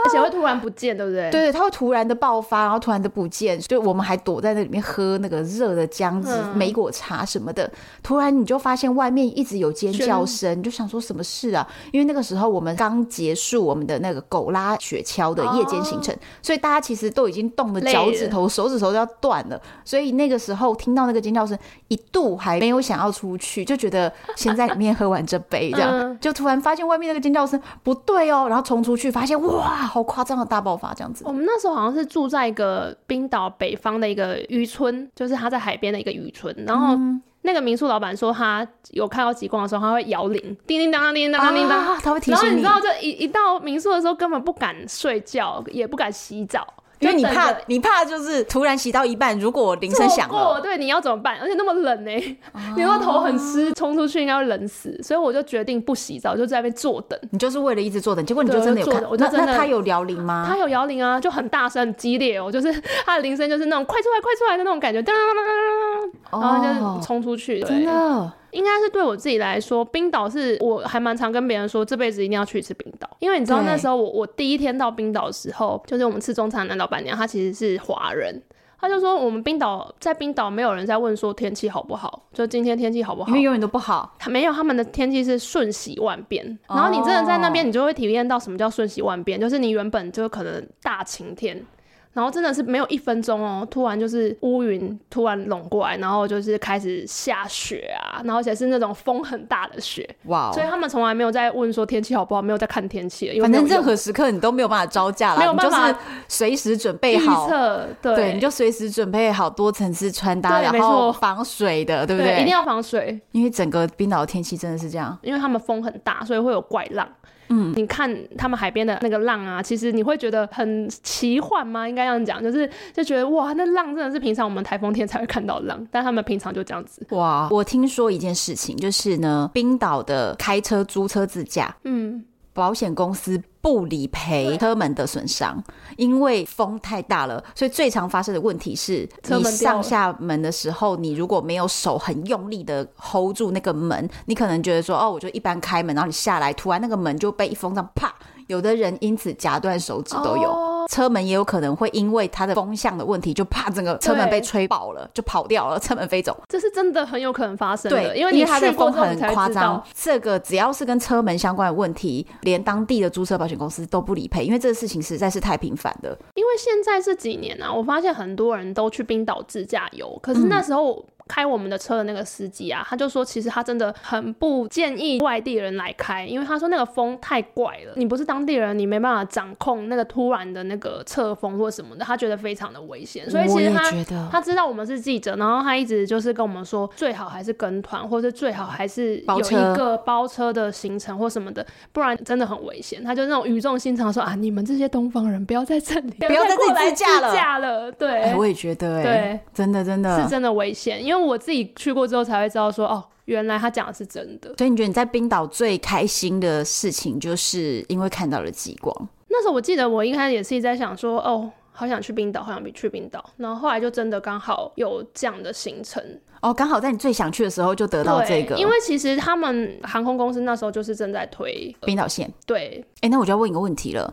B: 而且会突然不见，对不对？，
A: 对，它会突然的爆发，然后突然的不见，就我们还躲在那里面喝那个热的姜汁、
B: 嗯
A: 莓果茶什么的，突然你就发现外面一直有尖
B: 喧
A: 叫声，你就想说什么事啊？因为那个时候我们刚结束我们的那个狗拉雪橇的夜间行
B: 哦
A: 程，所以大家其实都已经冻得
B: 累
A: 脚
B: 了
A: 趾头、手指头都要断了，所以那个时候听到那个尖叫声，一度还没有想要出去，就觉得先在里面喝完这杯，这样、
B: 嗯
A: 就突然发现外面那个尖叫声不对哦，然后冲出去发现哇，好夸张的大爆发这样子
B: 我。们那时候好像是住在一个冰岛北方的一个渔村，就是他在海边的一个渔村。然后那个民宿老板说，他有看到极光的时候，他会摇铃，叮叮当当，叮叮当当，叮叮当。
A: 啊，他会提
B: 然后
A: 醒
B: 你知道，这一一到民宿的时候，根本不敢睡觉，也不敢洗澡，
A: 因为你
B: 就整
A: 怕
B: 个
A: 你怕就是突然洗到一半，如果铃声响
B: 错过
A: 了，
B: 对，你要怎么办？而且那么冷呢、欸 你如果头很湿，冲出去应该会冷死。所以我就决定不洗澡，就在那边坐等。
A: 你就是为了一直坐等，结果你就
B: 对
A: 真的有
B: 我就
A: 看
B: 坐着我。就
A: 那
B: 真
A: 那
B: 的
A: 他有摇铃吗
B: 它？有摇铃啊，就很大声、很激烈哦，就是 它的铃声就是那种快出来、快出来的那种感觉，当当当当当当当，然后就
A: 哦，
B: 冲出去。对
A: 真，的，
B: 应该是对我自己来说，冰岛是我还蛮常跟别人说，这辈子一定要去一次冰岛，因为你知道
A: 对
B: 那时候我我第一天到冰岛的时候，就是我们吃中餐的男老板娘，她其实是华人。她就说：“我们冰岛在冰岛没有人在问说天气好不好，就今天天气好不好，
A: 因为永远都不好。
B: 没有，他们的天气是瞬息万变。
A: 哦
B: 然后你真的在那边，你就会体验到什么叫瞬息万变，就是你原本就可能大晴天，然后真的是没有一分钟哦，突然就是乌云突然拢过来，然后就是开始下雪啊，然后而且是那种风很大的雪，
A: 哇哦
B: 所以他们从来没有在问说天气好不好，没有在看天气了，因为
A: 反
B: 没有
A: 正任
B: 用
A: 何时刻你都没有办法招架啦，
B: 没有
A: 你就
B: 办法
A: 是随时准备
B: 预
A: 好，
B: 测，
A: 对，你就随时准备好多层次穿搭，
B: 对
A: 然
B: 没
A: 后
B: 错
A: 防水的，对不
B: 对，一定要防水，
A: 因为整个冰岛的天气真的是这样，
B: 因为他们风很大，所以会有怪浪。嗯，你看他们海边的那个浪啊，其实你会觉得很奇幻吗？应该这样讲，就是就觉得哇，那浪真的是平常我们台风天才会看到的浪，但他们平常就这样子。
A: 哇！我听说一件事情，就是呢，冰岛的开车租车自驾，
B: 嗯，
A: 保险公司不理赔车门的损伤，因为风太大了，所以最常发生的问题是，
B: 车
A: 你
B: 门掉
A: 上
B: 了
A: 下门的时候，你如果没有手很用力的 hold 住那个门，你可能觉得说，哦，我就一般开门，然后你下来，突然那个门就被一风扇啪，有的人因此夹断手指都有。
B: 哦
A: 车门也有可能会因为它的风向的问题，就啪整个车门被
B: 对
A: 吹爆了，就跑掉了，车门飞走。
B: 这是真的很有可能发生的，
A: 对，
B: 因为你
A: 它
B: 去
A: 的
B: 过
A: 风
B: 之后你
A: 很
B: 才
A: 夸
B: 知
A: 张
B: 道。。
A: 这个只要是跟车门相关的问题，连当地的租车保险公司都不理赔，因为这个事情实在是太频繁了。
B: 因为现在这几年啊，我发现很多人都去冰岛自驾游，可是那时候。开我们的车的那个司机啊，他就说，其实他真的很不建议外地人来开，因为他说那个风太怪了，你不是当地人，你没办法掌控那个突然的那个侧风或什么的，他觉得非常的危险。所以
A: 我
B: 其
A: 也
B: 实他
A: 觉得
B: 他知道我们是记者，然后他一直就是跟我们说，最好还是跟团，或者最好还是有
A: 包车
B: 一个包车的行程或什么的，不然真的很危险。他就那种语重心长地说啊，你们这些东方人不要在这里，不
A: 要在这里
B: 过来
A: 自驾了
B: 自驾了，对，
A: 哎、我也嗯觉得、哎，
B: 对，
A: 真的真
B: 是
A: 的。
B: 真的危险。因为我自己去过之后才会知道说，哦，原来他讲的是真的。
A: 所以你觉得你在冰岛最开心的事情，就是因为看到了极光？
B: 那时候我记得我一开始也是一直在想说，哦，好想去冰岛，好想去冰岛。然后后来就真的刚好有这样的行程，
A: 哦，刚好在你最想去的时候就得到
B: 对，
A: 这个，
B: 因为其实他们航空公司那时候就是正在推，呃
A: 冰岛线。
B: 对，
A: 哎、那我就要问一个问题了，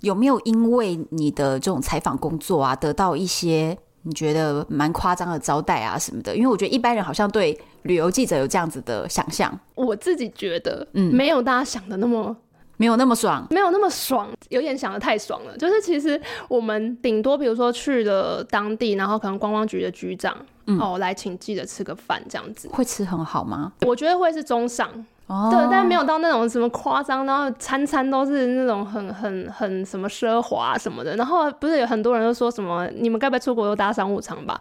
A: 有没有因为你的这种采访工作啊，得到一些你觉得蛮夸张的招待啊什么的？因为我觉得一般人好像对旅游记者有这样子的想象，
B: 我自己觉得，
A: 嗯
B: 没有大家想的那么
A: 没有那么爽。
B: 没有那么爽，有点想的太爽了。就是其实我们顶多比如说去了当地，然后可能观光局的局长、
A: 嗯
B: 哦来请记者吃个饭这样子，
A: 会吃很好吗？
B: 我觉得会是中上，
A: 哦
B: 对，但没有到那种什么夸张，然后餐餐都是那种很很很什么奢华什么的。然后不是有很多人都说什么你们该不会出国都搭商务舱吧，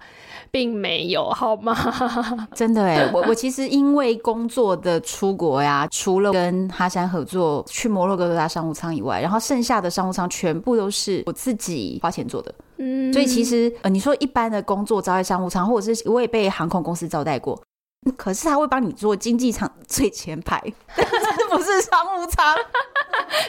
B: 并没有好吗？
A: 真的哎、我我其实因为工作的出国呀，除了跟哈山合作去摩洛哥搭商务舱以外，然后剩下的商务舱全部都是我自己花钱做的。
B: 嗯，
A: 所以其实呃，你说一般的工作招待商务舱，或者是我也被航空公司招待过，嗯可是他会帮你做经济舱最前排，但是不是商务舱？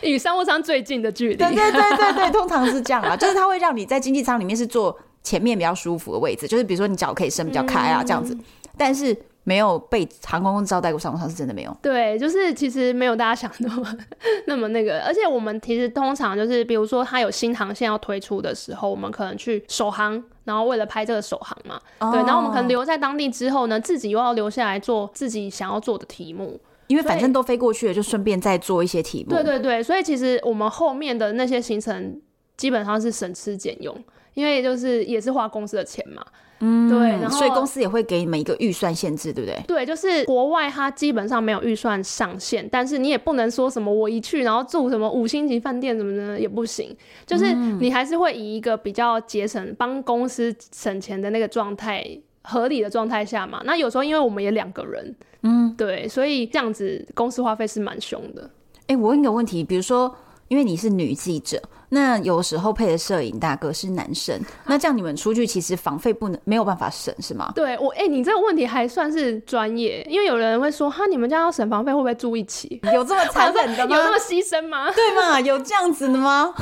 B: 与商务舱最近的距离，
A: 对对对对对，通常是这样啊，就是他会让你在经济舱里面是坐前面比较舒服的位置，就是比如说你脚可以伸比较开啊、这样子，但是没有被航空公司招待过商务舱是真的没有。
B: 对，就是其实没有大家想的那么 那么那个，而且我们其实通常就是，比如说它有新航线要推出的时候，我们可能去首航，然后为了拍这个首航嘛，对，然后我们可能
A: 哦
B: 留在当地之后呢，自己又要留下来做自己想要做的题目，
A: 因为反
B: 对
A: 正都飞过去了，就顺便再做一些题目。
B: 对对对，所以其实我们后面的那些行程。基本上是省吃俭用，因为就是也是花公司的钱嘛。嗯，对，然后
A: 所以公司也会给你们一个预算限制，对不对？
B: 对，就是国外它基本上没有预算上限，但是你也不能说什么我一去然后住什么五星级饭店什么的也不行，就是
A: 嗯
B: 你还是会以一个比较节省、帮公司省钱的那个状态。合理的状态下嘛，那有时候因为我们也两个人，嗯，对，所以这样子公司花费是蛮凶的。
A: 哎、我问一个问题，比如说，因为你是女记者，那有时候配的摄影大哥是男 生，那这样你们出去其实房费不能没有办法省是 吗？
B: 对我，哎、你这个问题还算是专业，因为有人会说，哈，你们家要省房费会不会住一起？
A: 有这么残忍的
B: 有
A: 吗？
B: 那么牺牲 吗？
A: 对嘛？有这样子的吗？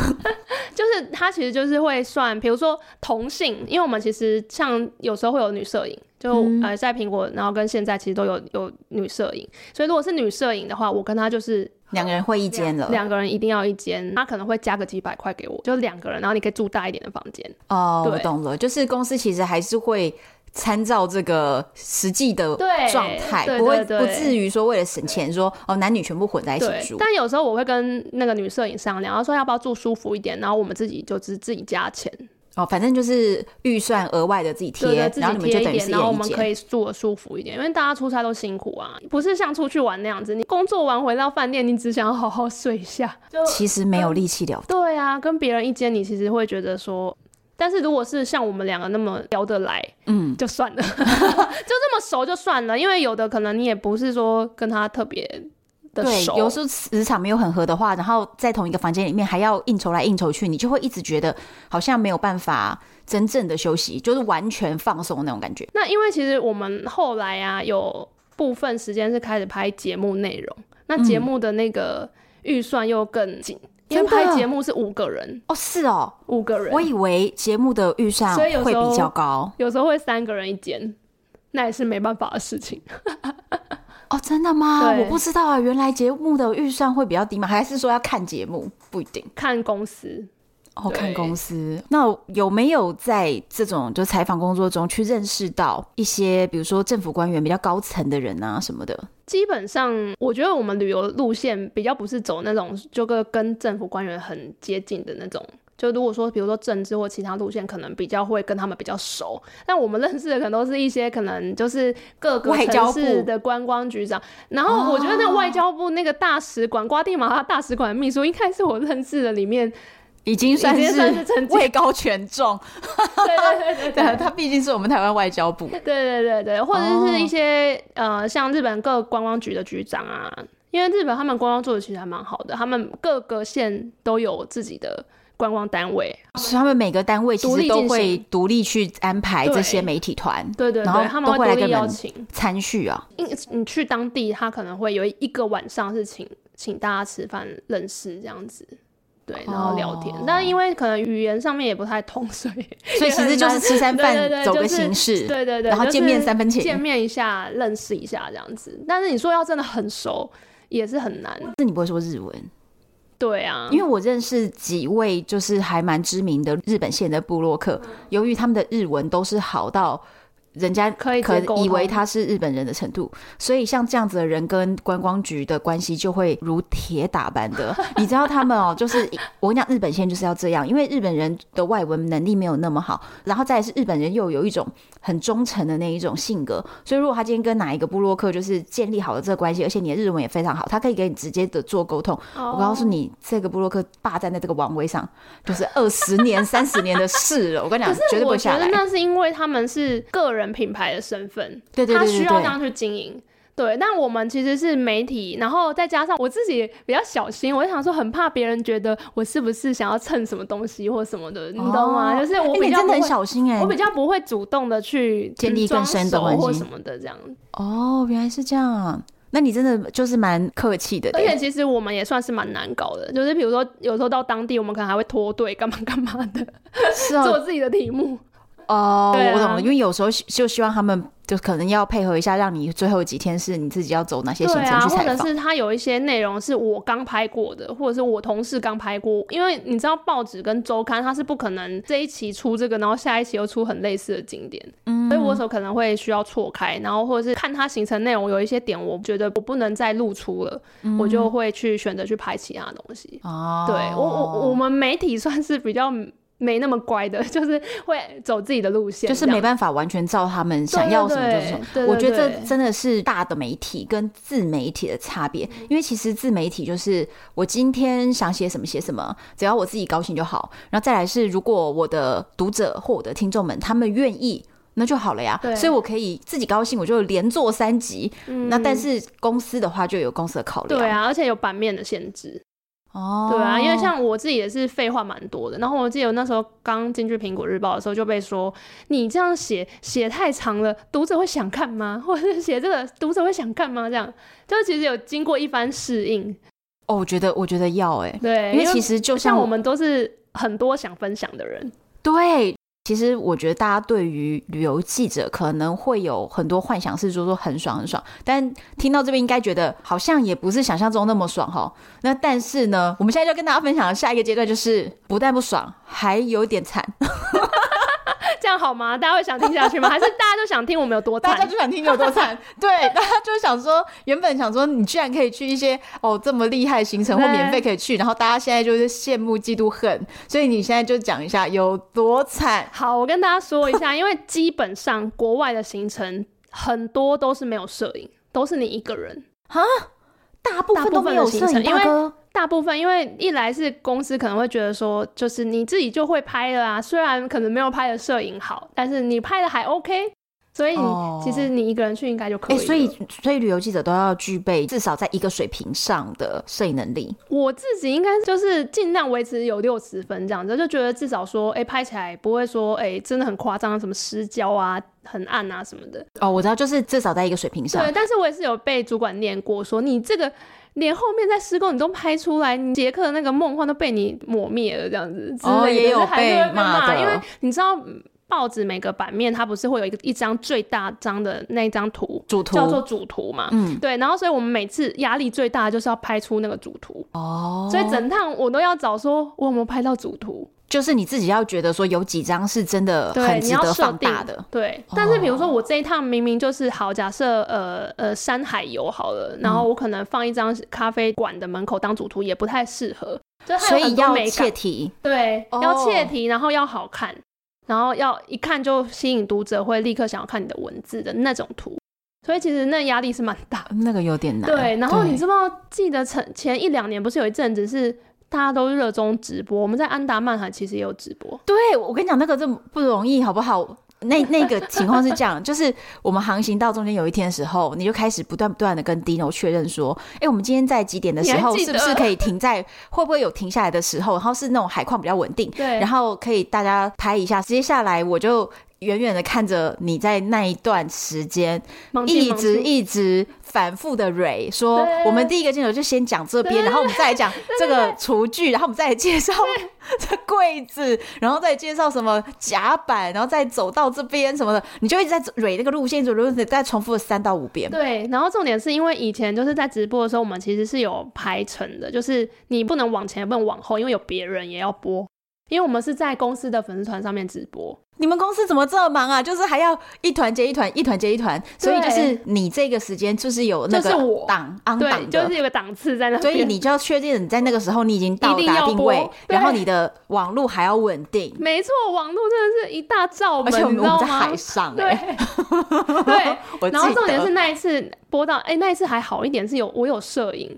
B: 就是他其实就是会算，比如说同性，因为我们其实像有时候会有女摄影，就、呃在苹果，然后跟现在其实都有有女摄影，所以如果是女摄影的话，我跟她就是
A: 两个人会一间了
B: 两个人一定要一间，她可能会加个几百块给我，就两个人，然后你可以住大一点的房间。
A: 哦，我
B: 对
A: 懂了，就是公司其实还是会。参照这个实际的
B: 对
A: 状态，
B: 对
A: 不会
B: 对
A: 不
B: 对
A: 至于说为了省钱说哦男女全部混在一
B: 对
A: 起，住。
B: 但有时候我会跟那个女摄影商量，然后说要不要住舒服一点，然后我们自己就只自己加钱，
A: 哦，反正就是预算额外的自己
B: 对
A: 贴
B: 对，，自
A: 然后
B: 己
A: 你们就
B: 贴
A: 等
B: 一
A: 于
B: 点，
A: 是一
B: 然后我
A: 人一
B: 们
A: 间
B: 可。以住的舒服一点，因为大家出差都辛苦啊，不是像出去玩那样子，你工作完回到饭店，你只想要好好睡一下。就
A: 其实没
B: 嗯
A: 有力气聊，
B: 对啊，跟别人一间，你其实会觉得说。但是如果是像我们两个那么聊得来，嗯，就算 了，就这么熟就算了，因为有的可能你也不是说跟他特别的
A: 对，
B: 熟，
A: 有时候磁场没有很合的话，然后在同一个房间里面还要应酬来应酬去，你就会一直觉得好像没有办法真正的休息，就是完全放松那种感觉。
B: 那因为其实我们后来啊，有部分时间是开始拍节目内容，那节目的那个预算又更紧，因为
A: 嗯真的
B: 拍节目是五个人，
A: 哦，是哦，
B: 五个人
A: 我，以为节目的预算
B: 所以有时
A: 会
B: 候
A: 比较高
B: 有时候会三个人一间，那也是没办法的事情。
A: 哦，真的吗？
B: 对
A: 我不知道啊，原来节目的预算会比较低吗？还是说要看节目？不一定。
B: 看公司，
A: 哦，
B: 对
A: 看公司。那有没有在这种就采访工作中去认识到一些，比如说政府官员比较高层的人啊什么的？
B: 基本上我觉得我们旅游路线比较不是走那种就跟跟政府官员很接近的那种。就如果说，比如说政治或其他路线，可能比较会跟他们比较熟。但我们认识的可能都是一些可能就是各个
A: 外交
B: 城
A: 部
B: 市的观光局长。然后我觉得那外交部那个大使馆，瓜地马拉大使馆的秘书，应该是我认识的里面，
A: 已经算
B: 已经算是
A: 是
B: 成绩
A: 位高权重，
B: 对对对对
A: 对，
B: 对，
A: 他毕竟是我们台湾外交部。
B: 对对对对，或者是一些、
A: 哦
B: 呃，像日本各观光局的局长啊，因为日本他们观光做的其实还蛮好的，他们各个县都有自己的观光单位。
A: 所以他们每个单位其
B: 独
A: 实
B: 立
A: 都
B: 进
A: 会
B: 行
A: 独立去安排这
B: 对
A: 些媒体团
B: 对对
A: 然后
B: 对，
A: 都
B: 他们
A: 会来
B: 会独
A: 跟
B: 立邀
A: 人
B: 请。
A: 参叙啊。
B: 因你去当地，他可能会有一个晚上是请请大家吃饭、认识这样子。对，然后聊天，
A: 哦
B: 但因为可能语言上面也不太通，所以
A: 所以
B: 也
A: 其
B: 很
A: 实就是
B: 难
A: 吃餐饭
B: 对对对
A: 走个
B: 就是
A: 形式，
B: 对对对，
A: 然后
B: 就
A: 见面
B: 是
A: 三分情
B: 见面一下，认识一下这样子。但是你说要真的很熟，也是很难。
A: 那你不会说日文？
B: 对啊，
A: 因为我认识几位就是还蛮知名的日本线的部落客，
B: 嗯
A: 由于他们的日文都是好到人家
B: 可以直
A: 可
B: 接沟
A: 以为
B: 通
A: 他是日本人的程度，所以像这样子的人跟观光局的关系就会如铁打般 的。你知道他们哦，就是我跟你讲，日本线就是要这样，因为日本人的外文能力没有那么好，然后再来是日本人又有一种很忠诚的那一种性格，所以如果他今天跟哪一个部落客就是建立好了这个关系，而且你的日文也非常好，他可以给你直接的做沟通。
B: 哦
A: 我告诉你，这个布洛克霸占在这个王位上，就是二十年、三十年的事了。我跟你讲
B: 可，
A: 绝对
B: 是
A: 不
B: 我
A: 会
B: 觉
A: 下
B: 得
A: 来。
B: 那是因为他们是个人品牌的身份，
A: 对对对
B: 他
A: 对
B: 需要
A: 对
B: 这样去经营。对，但我们其实是媒体，然后再加上我自己比较小心，我就想说很怕别人觉得我是不是想要蹭什么东西或什么的，你懂吗？
A: 哦
B: 就是我
A: 哎
B: 比
A: 你
B: 较
A: 真
B: 不
A: 的很
B: 会，
A: 小心哎、
B: 我比较不会主动的去
A: 建立更深的关
B: 装
A: 系
B: 熟或什么的这样。
A: 哦，原来是这样。那你真的就是蛮客气的嘞，哎
B: 而且其实我们也算是蛮难搞的，就是比如说有时候到当地，我们可能还会脱队干嘛干嘛的，
A: 是哦，
B: 做自己的题目。
A: 哦，
B: 对啊
A: 我懂了，因为有时候希就希望他们就可能要配合一下，让你最后几天是你自己要走哪些行
B: 对
A: 程
B: 啊，
A: 去
B: 或
A: 采
B: 者
A: 访。
B: 是他有一些内容是我刚拍过的，或者是我同事刚拍过，因为你知道报纸跟周刊它是不可能这一期出这个，然后下一期又出很类似的景点，嗯，所以我有时候可能会需要错开，然后或者是看它行程内容有一些点，我觉得我不能再露出了，
A: 嗯
B: 我就会去选择去拍其他东西。
A: 哦，
B: 对我我我们媒体算是比较没那么乖的， 就是会走自己的路线，
A: 就是
B: 这样
A: 没办法完全照他们想要什么就是什么。
B: 对对对对对
A: 我觉得
B: 对
A: 这真的是大的媒体跟自媒体的差别，
B: 嗯
A: 因为其实自媒体就是我今天想写什么写什么，只要我自己高兴就好。然后再来是，如果我的读者或我的听众们他们愿意。那就好了呀
B: 对，
A: 所以我可以自己高兴，我就连做三集。那但是公司的话就有公司的考量，
B: 嗯对，啊，而且有版面的限制。
A: 哦，
B: 对啊，因为像我自己也是废话蛮多的。然后我记得我那时候刚进去《苹果日报》的时候，就被说你这样写写太长了，读者会想看吗？ 或者是写这个读者会想看吗？这样就其实有经过一番适应。
A: 哦，我觉得我觉得要哎、
B: 对，
A: 因为其实就
B: 像
A: 我
B: 我们都是很多想分享的人，
A: 对，其实我觉得大家对于旅游记者可能会有很多幻想，是说说很爽很爽，但听到这边应该觉得好像也不是想象中那么爽哈。那但是呢，我们现在就跟大家分享的下一个阶段就是不但不爽，还有点惨，
B: 这样好吗？大家会想听下去吗？还是大家就想听我们有多
A: 大家
B: 惨？
A: 就想听有多 惨，对，大家就想说原本想说你居然可以去一些哦这么厉害的行程或
B: 对
A: 免费可以去，然后大家现在就是羡慕嫉妒恨，所以你现在就讲一下有多惨。
B: 好，我跟大家说一下，因为基本上国外的行程很多都是没有摄影，都是你一个人。
A: 大部分都没有摄
B: 大部分的行程
A: 影大
B: 因
A: 哥，
B: 大部分，因为一来是公司可能会觉得说，就是你自己就会拍了啊，虽然可能没有拍的摄影好，但是你拍的还 OK，所以你、
A: 哦
B: 其实你一个人去应该就可以
A: 哎、
B: 了、
A: 所以所以旅游记者都要具备至少在一个水平上的摄影能力。
B: 我自己应该就是尽量维持有六十分这样子，就觉得至少说，哎、拍起来不会说，哎、真的很夸张，什么失焦啊、很暗啊什么的。
A: 哦，我知道，就是至少在一个水平上
B: 对，。但是我也是有被主管念过说你这个连后面在施工你都拍出来，你杰克的那个梦幻都被你抹灭了，这样子之
A: 哦
B: 类
A: 也
B: 的，
A: 有
B: 就是还是会
A: 被
B: 被
A: 骂
B: 骂，
A: 的
B: 因为你知道。嗯报纸每个版面它不是会有一个一张最大张的那一张图，
A: 主图
B: 叫做主图嘛，
A: 嗯，
B: 对，然后所以我们每次压力最大的就是要拍出那个主图，
A: 哦，
B: 所以整趟我都要找说我有没有拍到主图，
A: 就是你自己要觉得说有几张是真的
B: 对，
A: 很
B: 你
A: 值
B: 要
A: 得
B: 设
A: 放
B: 定
A: 大的。哦
B: 对，但是比如说我这一趟明明就是好，假设呃呃山海游好了，
A: 嗯
B: 然后我可能放一张咖啡馆的门口当主图也不太适合，就它
A: 所
B: 有
A: 以
B: 很多
A: 要
B: 美
A: 切
B: 感，
A: 题
B: 对，
A: 哦
B: 要切题，然后要好看，然后要一看就吸引读者会立刻想要看你的文字的那种图，所以其实那压力是蛮大的。
A: 那个有点难。
B: 对，然后你知不知道，记得前前一两年不是有一阵子是大家都热衷直播，我们在安达曼海其实也有直播，
A: 对我跟你讲，那个这么不容易，好不好？那那个情况是这样， 就是我们航行到中间有一天的时候，你就开始不断不断的跟 Dino 确认说，哎、我们今天在几点的时候
B: 你还记
A: 是
B: 得
A: 不是可以停在，会不会有停下来的时候，然后是那种海况比较稳定，
B: 对
A: 然后可以大家拍一下。接下来我就远远的看着你在那一段时间
B: 忙进
A: 一
B: 忙
A: 直
B: 出
A: 一直反复的蕊说
B: 对，
A: 我们第一个镜头就先讲这边，然后我们再来讲这个厨具，然后我们再来介绍 这柜子，然后再介绍什么甲板，然后再走到这边什么的，你就一直在蕊那个路线，一直蕊，一直再重复了三到五遍。
B: 对，然后重点是因为以前就是在直播的时候，我们其实是有排程的，就是你不能往前，也不能往后，因为有别人也要播。因为我们是在公司的粉丝团上面直播，
A: 你们公司怎么这么忙啊？就是还要一团接一团，一团接一团，所以
B: 对
A: 就是你这个时间就是有那
B: 就是
A: 个
B: 我
A: 档昂
B: 对，
A: 档的，
B: 就是有个档次在那
A: 哦 所以
B: 边。
A: 你就要确定你在那个时候你已经到
B: 一定
A: 达
B: 要
A: 定
B: 播
A: 位，
B: 对
A: 然后你的网络还要稳定，
B: 没错，网络真的是一大罩
A: 而
B: 门，
A: 且我
B: 你
A: 们
B: 知
A: 我们在
B: 道吗
A: 海？上哎、
B: 对对，
A: 我
B: 然后
A: 记
B: 重点
A: 得
B: 是那一次播到，哎、那一次还好一点，是有我有摄影，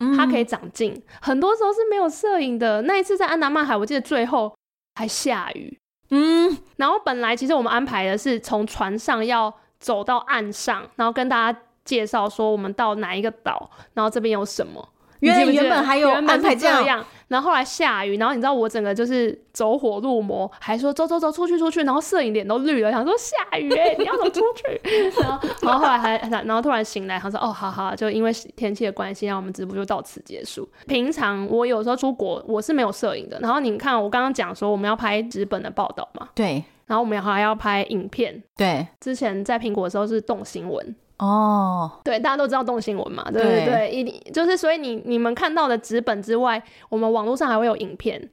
A: 嗯
B: 它可以长进。很多时候是没有摄影的。那一次在安达曼海，我记得最后还下雨，
A: 嗯，
B: 然后本来其实我们安排的是从船上要走到岸上，然后跟大家介绍说我们到哪一个岛，然后这边有什么。
A: 原来
B: 你记不记得
A: 原本还有
B: 原本
A: 安排
B: 是
A: 这
B: 这
A: 样
B: 样，然后后来下雨，然后你知道我整个就是走火入魔，还说走走走出去出去，然后摄影脸都绿了，想说下雨哎、你要走出去， 然后然后后来还然后突然醒来，他说哦好好，就因为天气的关系，让我们直播就到此结束。平常我有时候出国我是没有摄影的，然后你看我刚刚讲说我们要拍纸本的报道嘛，
A: 对，
B: 然后我们还要拍影片。
A: 对，
B: 之前在苹果的时候是动新闻，
A: 哦，
B: 对，大家都知道动新闻嘛，对
A: 对
B: 对对，一定就是所以你你们看到的纸本之外，我们网络上还会有影片，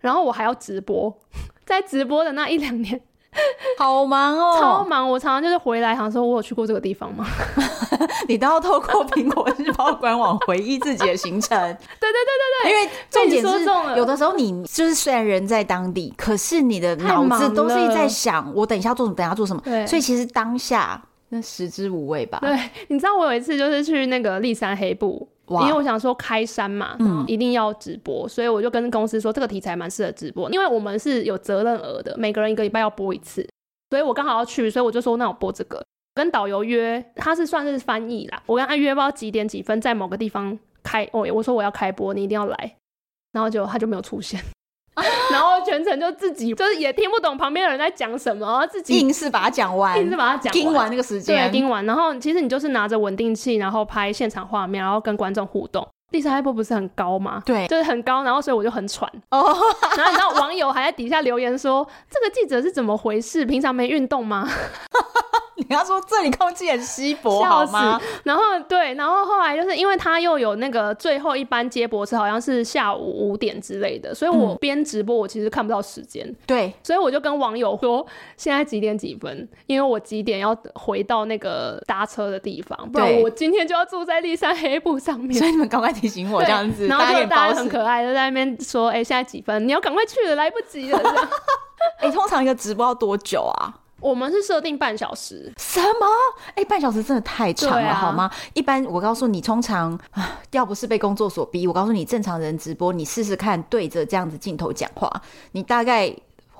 B: 然后我还要直播， 在直播的那一两年
A: 好忙
B: 超
A: 哦，
B: 忙，我常常就是回来想说，我有去过这个地方吗？
A: 你都要透过苹果日报官网回忆自己的行程。
B: 对对
A: 因为重点
B: 被你说中
A: 是，
B: 了
A: 有的时候你就是虽然人在当地，可是你的脑子都是一直在想我等一下做什么，等一下做什么，
B: 对
A: 所以其实当下那食之无味吧。
B: 对， 你知道我有一次就是去那个立山黑部，
A: 哇
B: 因为我想说开山嘛，一定要直播，所以我就跟公司说这个题材蛮适合直播，因为我们是有责任额的，每个人一个礼拜要播一次，所以我刚好要去，所以我就说那我播这个。跟导游约，他是算是翻译啦。我跟他约不知道几点几分在某个地方开，哦，我说我要开播，你一定要来，然后结果他就没有出 现，然后全程就自己就是也听不懂旁边的人在讲什么，然后自己
A: 硬是把它讲完，
B: 硬是把它讲
A: 盯
B: 完。
A: 完那个时
B: 对，
A: 间，
B: 盯完，然后其实你就是拿着稳定器，然后拍现场画面，然后跟观众互动。第三波不是很高吗？
A: 对
B: 就是很高，然后所以我就很 喘。
A: 哦，
B: 然后你知道网友还在底下留言说：“这个记者是怎么回事？平常没运动吗
A: 你要说这里空气很稀？”薄，好
B: 笑死
A: 吗？。
B: 然后对，然后后来就是因为他又有那个最后一班接驳车，好像是下午五点之类的，所以我
A: 嗯
B: 边直播我其实看不到时间，
A: 对，
B: 所以我就跟网友说现在几点几分，因为我几点要回到那个搭车的地方，不然
A: 对
B: 我今天就要住在立山黑布上面
A: 所。以你们赶快提醒我
B: 对
A: 这样子，
B: 然后
A: 大家
B: 就
A: 也
B: 大
A: 包
B: 家很
A: 死。
B: 可爱，就在那边说：“哎、现在几分？你要赶快去了，来不及了。这样”
A: 哎，通常一个直播要多久啊？
B: 我们是设定半小时，
A: 什么？哎、半小时真的太长
B: 对
A: 了，
B: 啊
A: 好吗？一般我告诉你，通常啊，要不是被工作所逼，我告诉你，正常人直播，你试试看，对着这样子镜头讲话，你大概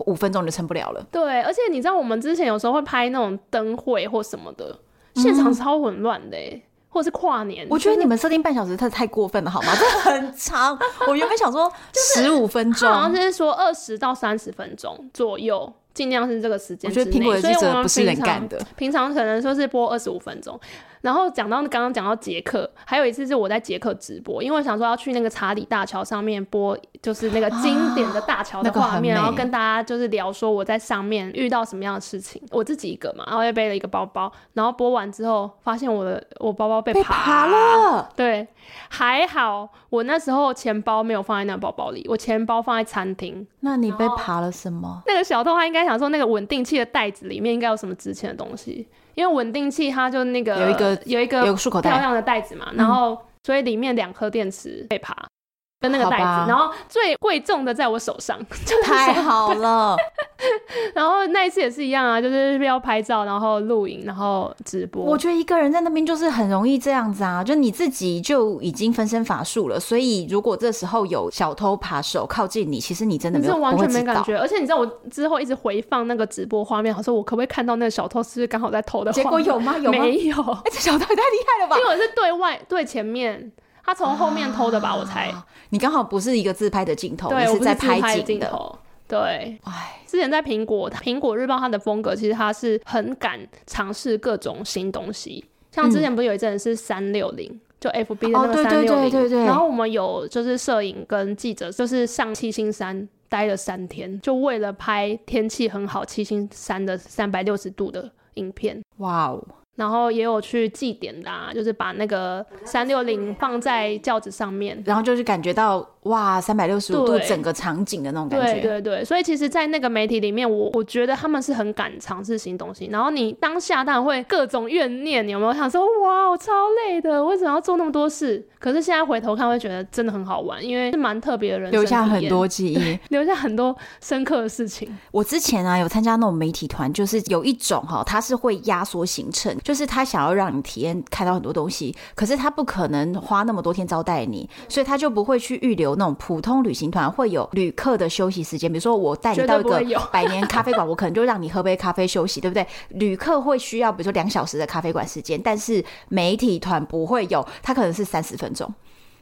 A: 五分钟就撑不了了。
B: 对。而且你知道，我们之前有时候会拍那种灯会或什么的，现场超混乱的、欸，或是跨年。
A: 嗯我觉得
B: 就
A: 你
B: 是
A: 们设定半小时，它太过分了， 好吗？这很长。我原本想说十五分钟
B: 它，好像是说二十到三十分钟左右，尽量是这个时间
A: 我
B: 之
A: 觉
B: 内。
A: 得苹果的
B: 所以
A: 记
B: 我
A: 者
B: 们
A: 不是人
B: 平常
A: 干的。
B: 平常可能说是播二十五分钟，然后讲到刚刚讲到捷克，还有一次是我在捷克直播，因为我想说要去那个查理大桥上面播，就是那个经典的大桥的
A: 那个很
B: 画面，然后
A: 美
B: 跟大家就是聊说我在上面遇到什么样的事情，我自己一个嘛，然后又背了一个包包，然后播完之后发现我的我包包被
A: 被爬。了，
B: 对，还好我那时候钱包没有放在那包包里，我钱包放在餐厅，
A: 那你被爬了什么？
B: 那个小偷他应该想说，那个稳定器的袋子里面应该有什么值钱的东西，因为稳定器它就那个
A: 有一个
B: 有一
A: 有
B: 个
A: 个漱口
B: 漂
A: 袋，嗯
B: 亮的袋子嘛，然后所以里面两颗电池被爬。跟那个
A: 好
B: 袋子
A: 吧，
B: 然后最贵重的在我手上， 就是
A: 太
B: 手
A: 好 了。
B: 然后那一次也是一样啊，就是要拍照，然后录影，然后直播。
A: 我觉得一个人在那边就是很容易这样子啊，就你自己就已经分身乏术了，所以如果这时候有小偷扒手靠近你，其实你真的
B: 你
A: 没
B: 是
A: 有
B: 完全
A: 不
B: 没
A: 会知道
B: 感觉，而且你知道我之后一直回放那个直播画面，我说我可不可以看到那个小偷是不是刚好在偷的画
A: 结
B: 面？
A: 果有吗？有吗？
B: 没有，
A: 哎、这小偷也太厉害了吧
B: 因！为我是对外对前面，他从后面偷的吧，我 猜。
A: 你刚好不是一个自拍的镜头，
B: 对，
A: 你
B: 我
A: 哦是
B: 不
A: 在
B: 自拍
A: 景
B: 镜
A: 的。
B: 头。对，
A: 哎，
B: 之前在苹果，苹果日报它的风格其实它是很敢尝试各种新东西，像之前不是有一阵是三六零。就 F B 的那
A: 嗯哦
B: 个
A: 对
B: 三
A: 对
B: 六
A: 对
B: 零，
A: 对对
B: 然后我们有就是摄影跟记者，就是上七星山待了三天，就为了拍天气很好七星山的三百六十度的影片。
A: 哇哦，
B: 然后也有去祭典的、啊，就是把那个三六零放在轿子上面。
A: 然后就是感觉到哇，三百六十五度
B: 对
A: 整个场景的那种感
B: 对
A: 觉。
B: 对对，所以其实，在那个媒体里面，我我觉得他们是很敢尝试新东西。然后你当下当然会各种怨念，你有没有想说，哇，我超累的，为什么要做那么多事？可是现在回头看，会觉得真的很好玩，因为是蛮特别的人生
A: 留下
B: 体
A: 很
B: 验
A: 多记忆，
B: 留下很多深刻的事情。
A: 我之前啊有参加那种媒体团，就是有一种哈，它是会压缩行程，就是他想要让你体验看到很多东西，可是他不可能花那么多天招待你，所以他就不会去预留那种普通旅行团会有旅客的休息时间。比如说我带你
B: 绝对
A: 到一
B: 不
A: 个
B: 会有
A: 百年咖啡馆，我可能就让你喝杯咖啡休息，对不对？旅客会需要比如说两小时的咖啡馆时间，但是媒体团不会有，他可能是三十分钟。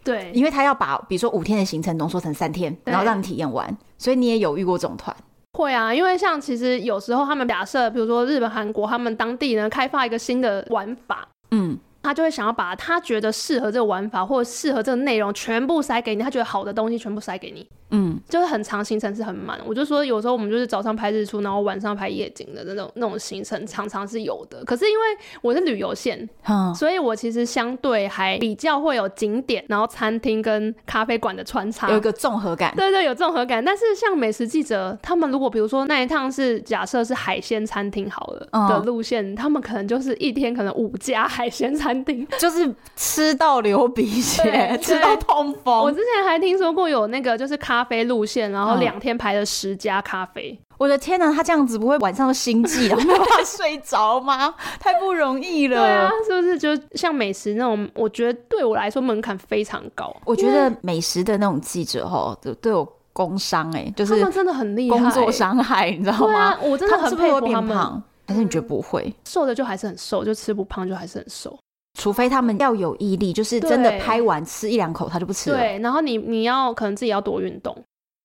B: 对，
A: 因为他要把比如说五天的行程浓缩成三天，
B: 对
A: 然后让你体验完，所以你也有遇过这种团，
B: 会啊，因为像其实有时候他们假设，比如说日本、韩国，他们当地呢开发一个新的玩法，
A: 嗯，
B: 他就会想要把他觉得适合这个玩法或者适合这个内容全部塞给你，他觉得好的东西全部塞给你，
A: 嗯，
B: 就是很长行程是很满。我就说有时候我们就是早上拍日出，然后晚上拍夜景的那种那种行程，常常是有的。可是因为我是旅游线，
A: 嗯，
B: 所以我其实相对还比较会有景点，然后餐厅跟咖啡馆的穿插，
A: 有一个综合感，
B: 对对，有综合感。但是像美食记者，他们如果比如说那一趟是假设是海鲜餐厅好了、
A: 嗯
B: 的路线，他们可能就是一天可能五家海鲜餐厅。
A: 就是吃到流鼻血，
B: 对
A: 吃到
B: 对
A: 痛
B: 我
A: 风。
B: 之前还听说过有那个就是咖啡路线，然后
A: 嗯
B: 两天排了十家咖啡。
A: 我的天哪，他这样子不会晚上心悸，啊 然后没有办法睡着吗？太不容易了。
B: 对啊，是不是就像美食那种？我觉得对我来说门槛非常高，
A: 我觉得美食的那种记者吼，都都有工伤哎、就
B: 他
A: 是
B: 们真的很厉害、
A: 工作伤害，你知道
B: 对
A: 吗？
B: 啊，我真的
A: 他们嗯
B: 很
A: 是不是
B: 佩
A: 会
B: 服他
A: 变
B: 们。
A: 胖？还是你觉得不会？
B: 瘦的就还是很瘦，就吃不胖就还是很瘦。
A: 除非他们要有毅力，就是真的
B: 对
A: 拍完吃一两口他就不吃了。
B: 对，然后你你要可能自己要多运 动，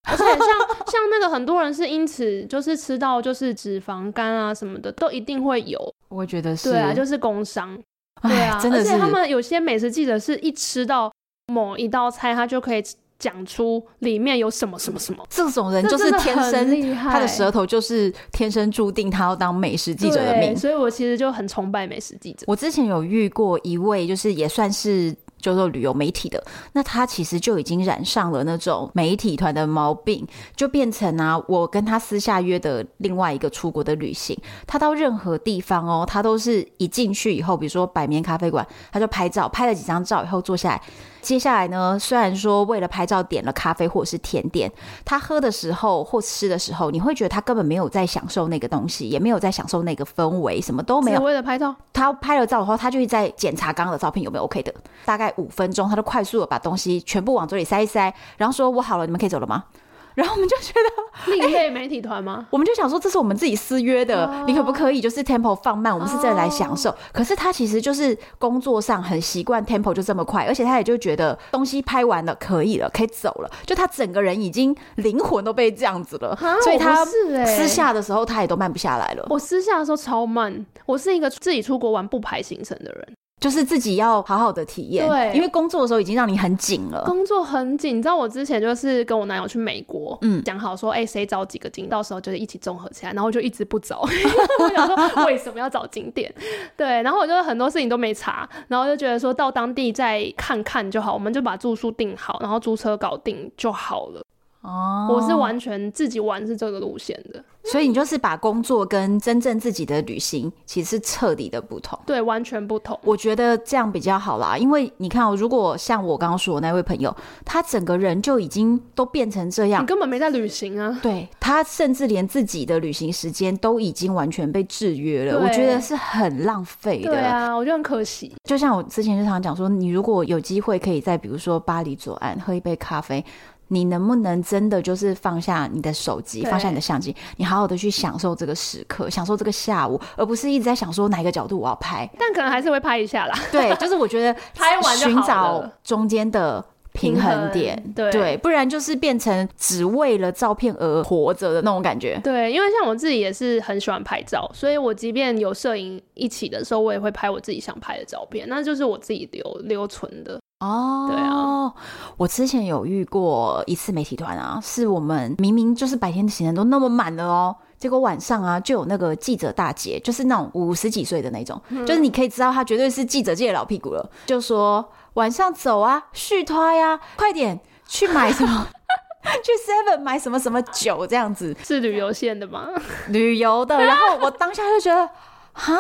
B: 而且像像那个很多人是因此就是吃到就是脂肪肝啊什么的都一定会有，
A: 我觉得是，
B: 对啊，就是工伤，
A: 唉
B: 对啊，
A: 真的
B: 而
A: 是
B: 且他们有些美食记者是一吃到某一道菜，他就可以讲出里面有什么什么什么，
A: 这种人
B: 这
A: 就是
B: 真的
A: 天
B: 很
A: 生，
B: 厉害，
A: 他的舌头就是天生注定他要当美食记者的
B: 对
A: 命。
B: 所以我其实就很崇拜美食记者。
A: 我之前有遇过一位，就是也算是。就是说旅游媒体的，那他其实就已经染上了那种媒体团的毛病，就变成啊，我跟他私下约的另外一个出国的旅行，他到任何地方哦，他都是一进去以后，比如说百眠咖啡馆，他就拍照，拍了几张照以后坐下来，接下来呢，虽然说为了拍照点了咖啡或者是甜点，他喝的时候或吃的时候，你会觉得他根本没有在享受那个东西，也没有在享受那个氛围，什么都没有
B: 只。为了 拍照，
A: 他拍了照的话，他就一直在检查刚刚的照片有没有 OK 的。大概五分钟，他就快速的把东西全部往嘴里塞一塞，然后说：“我好了，你们可以走了吗？”然后我们就觉得，
B: 另类媒体团吗？
A: 我们就想说，这是我们自己私约的，
B: 哦
A: 你可不可以就是 tempo 放慢？我们是真的来享受。可是他其实就是工作上很习惯 tempo 就这么快，而且他也就觉得东西拍完了可以了，可以走了，就他整个人已经灵魂都被这样子了，
B: 啊
A: 所以
B: 我不
A: 他
B: 是欸
A: 私下的时候他也都慢不下来了。
B: 我私下的时候超慢，我是一个自己出国玩不排行程的人，
A: 就是自己要好好的体验，
B: 对
A: 因为工作的时候已经让你很紧了，
B: 工作很紧。你知道我之前就是跟我男友去美国，
A: 嗯
B: 嗯，讲好说，哎、谁找几个景，到时候就是一起综合起来，然后我就一直不 找，我想说为什么要找景点？对，然后我就很多事情都没查，然后就觉得说到当地再看看就好，我们就把住宿定好，然后租车搞定就好了。
A: 哦
B: 我是，完全自己玩是这个路线的，
A: 所以你就是把工作跟真正自己的旅行其实是彻底的不同。
B: 对，完全不同。
A: 我觉得这样比较好啦，因为你看、哦，如果像我刚刚说的那位朋友，他整个人就已经都变成这样
B: 你，根本没在旅行啊！
A: 对他甚至连自己的旅行时间都已经完全被制约了，
B: 对
A: 我觉得是很浪费的。
B: 对啊，我觉得很可惜。
A: 就像我之前就常讲说，你如果有机会可以在比如说巴黎左岸喝一杯咖啡，你能不能真的就是放下你的手机，
B: 对。
A: 放下你的相机，你好好的去享受这个时刻，享受这个下午，而不是一直在想说哪一个角度我要拍
B: 但可能还是会拍一下啦。
A: 对，就是我觉得
B: 拍完就好了
A: 寻找中间的。平衡点，
B: 平衡对
A: 对，不然就是变成只为了照片而活着的那种感觉。
B: 对，因为像我自己也是很喜欢拍照，所以我即便有摄影一起的时候，我也会拍我自己想拍的照片，那就是我自己留留存的。
A: 哦，
B: 对啊，
A: 我之前有遇过一次媒体团啊，是我们明明就是白天的行程都那么满了哦，结果晚上啊就有那个记者大姐，就是那种五十几岁的那种，就是你可以知道她绝对是记者界的老屁股了，就说晚上走啊，续拖呀、快点去买什么。 去 Seven 买什么什么酒这样子，
B: 是旅游线的吗？
A: 旅游的，然后我当下就觉得，哈，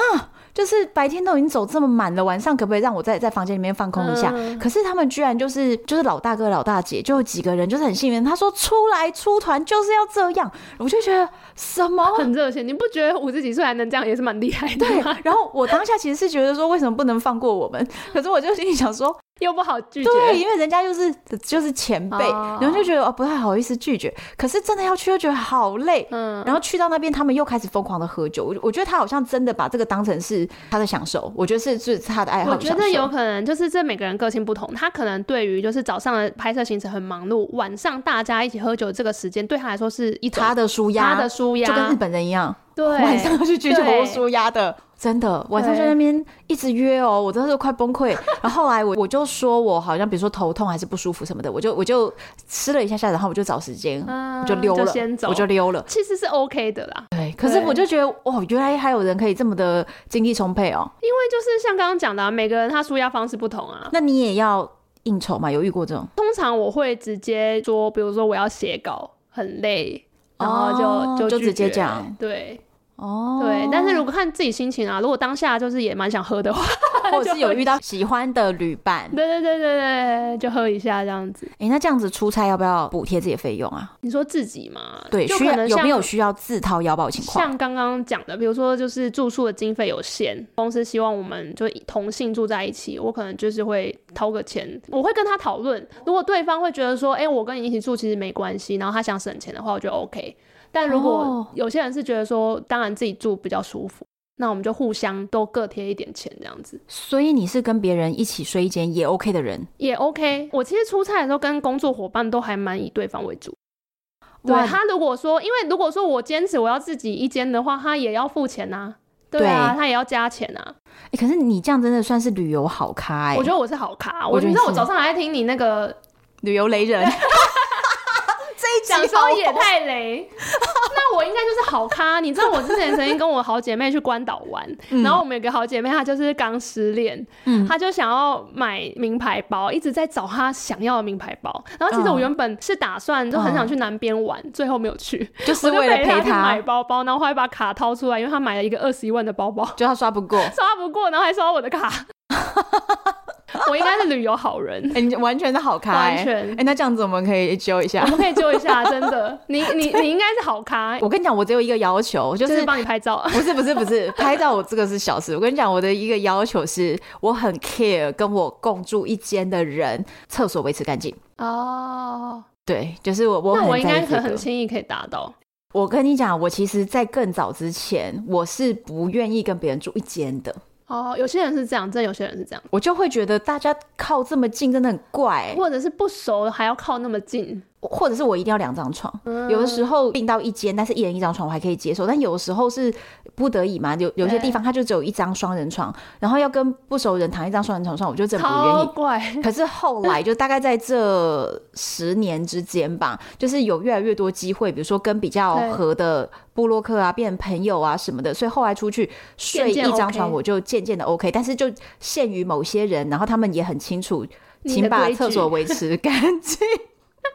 A: 就是白天都已经走这么满了，晚上可不可以让我在在房间里面放 空一下？
B: 嗯
A: 可是他们居然就是就是老大哥老大姐，就有几个人就是很幸运，他说出来出团就是要这样，我就觉得什么？
B: 很热血，你不觉得五十几岁还能这样也是蛮厉害的吗？
A: 然后我当下其实是觉得说，为什么不能放过我们？可是我就心里想说，
B: 又不好拒绝。
A: 对，因为人家就是就是前辈，
B: 哦
A: 然后就觉得哦不太好意思拒绝。可是真的要去又觉得好累，
B: 嗯，
A: 然后去到那边，他们又开始疯狂的喝酒。我我觉得他好像真的把这个当成是他的享受，我觉得是是他的爱好。
B: 我觉得有，可能就是这每个人个性不同，他可能对于就是早上的拍摄行程很忙碌，晚上大家一起喝酒这个时间对他来说是一种
A: 他的舒压，
B: 他的舒压，
A: 就跟日本人一样，
B: 对，
A: 晚上要去居酒屋
B: 对
A: 舒压的，真的晚上就在那边一直约哦，我真的是快崩 溃。然后后来我我就说我好像比如说头痛还是不舒服什么的，我就我就吃了一下下，然后我就找时间、
B: 嗯
A: 我就溜了，
B: 先走，
A: 我就溜了。
B: 其实是 OK 的啦，
A: 对，可是
B: 对
A: 我就觉得哦，原来还有人可以这么的精力充沛哦。
B: 因为就是像刚刚讲的、啊，每个人他舒压方式不同啊。
A: 那你也要应酬嘛？有遇过这种？
B: 通常我会直接说，比如说我要写稿，很累，然后就、
A: 哦
B: 就
A: 就
B: 拒
A: 直接
B: 绝
A: 讲，
B: 对
A: 哦，
B: 对。但是如果看自己心情啊，如果当下就是也蛮想喝的话，
A: 或者是有
B: 就会
A: 遇到喜欢的旅伴，
B: 对对对对对，就喝一下这样子。
A: 哎、那这样子出差要不要补贴自己的费用啊？
B: 你说自己嘛，
A: 对，
B: 就
A: 需
B: 可
A: 要
B: 能
A: 有
B: 像
A: 没有需要自掏腰包的情况？
B: 像刚刚讲的，比如说就是住宿的经费有限，公司希望我们就同性住在一起，我可能就是会掏个钱，我会跟他讨论。如果对方会觉得说，哎、我跟你一起住其实没关系，然后他想省钱的话，我觉得 OK。但如
A: 哦
B: 果有些人是觉得说，当然自己住比较舒服，那我们就互相都各贴一点钱这样子
A: 所以你是跟别人一起睡一间也 OK 的人，
B: 也 OK。我其实出差的时候跟工作伙伴都还蛮以对方为主。对
A: 哇
B: 他如果说，因为如果说我坚持我要自己一间的话，他也要付钱呐、对啊，
A: 对
B: 他也要加钱啊。
A: 欸可是你这样真的算是旅游好咖哎、
B: 我觉得我是好咖，
A: 我
B: 我
A: 觉得
B: 你知道我
A: 是
B: 早上还在听你那个
A: 旅游雷 人，这
B: 讲
A: 一集
B: 说
A: 好
B: 也太雷， 那我应该就是好咖。你知道我之前曾经跟我好姐妹去关岛玩，然后我们有个好姐妹她就是刚失恋，
A: 嗯
B: 她就想要买名牌包，一直在找她想要的名牌包。然后其实我
A: 嗯
B: 原本是打算就很想去南边玩，最后没有去，
A: 就是
B: 我就
A: 为了
B: 陪她
A: 陪
B: 去买
A: 他，
B: 包包，然后后来把卡掏出来，因为她买了一个二十一万的 包包。
A: 就他刷不 过，
B: 刷不过，然后还刷我的 卡。我应该是旅游好人，
A: 哎、你完全是好咖、欸，
B: 完全
A: 哎、那这样子我们可以揪一
B: 我
A: 下。
B: 们可以揪一下，真 的。你你你应该是好咖，
A: 我跟你讲，我只有一个要求，就
B: 就是是帮你拍照。
A: 不是不是不是，拍照我这个是小事。我跟你讲，我的一个要求是，我很 care 跟我共住一间的人厕所维持干净。
B: 哦，
A: 对，就是我我
B: 那我
A: 很
B: 应
A: 在
B: 该
A: 意
B: 很
A: 这
B: 很
A: 个。
B: 轻易可以达到。
A: 我跟你讲，我其实，在更早之前，我是不愿意跟别人住一间的，
B: 哦，有些人是这样，真的有些人是这样，
A: 我就会觉得大家靠这么近真的很怪、欸
B: 或者是不熟还要靠那么近。
A: 或者是我一定要两张床。
B: 嗯
A: 有的时候订到一间，但是一人一张床我还可以接受，但有的时候是不得已嘛，有有些地方它就只有一张双人床，然后要跟不熟人躺一张双人床上，我就真的不愿
B: 超
A: 意。
B: 怪，
A: 可是后来就大概在这十年之间吧，就是有越来越多机会，比如说跟比较
B: 对
A: 合的布洛克啊、变成朋友啊什么的，所以后来出去睡
B: 渐渐
A: 一张床，
B: OK
A: 我就渐渐的 OK，但是就限于某些人，然后他们也很清楚，
B: 你的
A: 请把
B: 规矩
A: 厕所维持干净。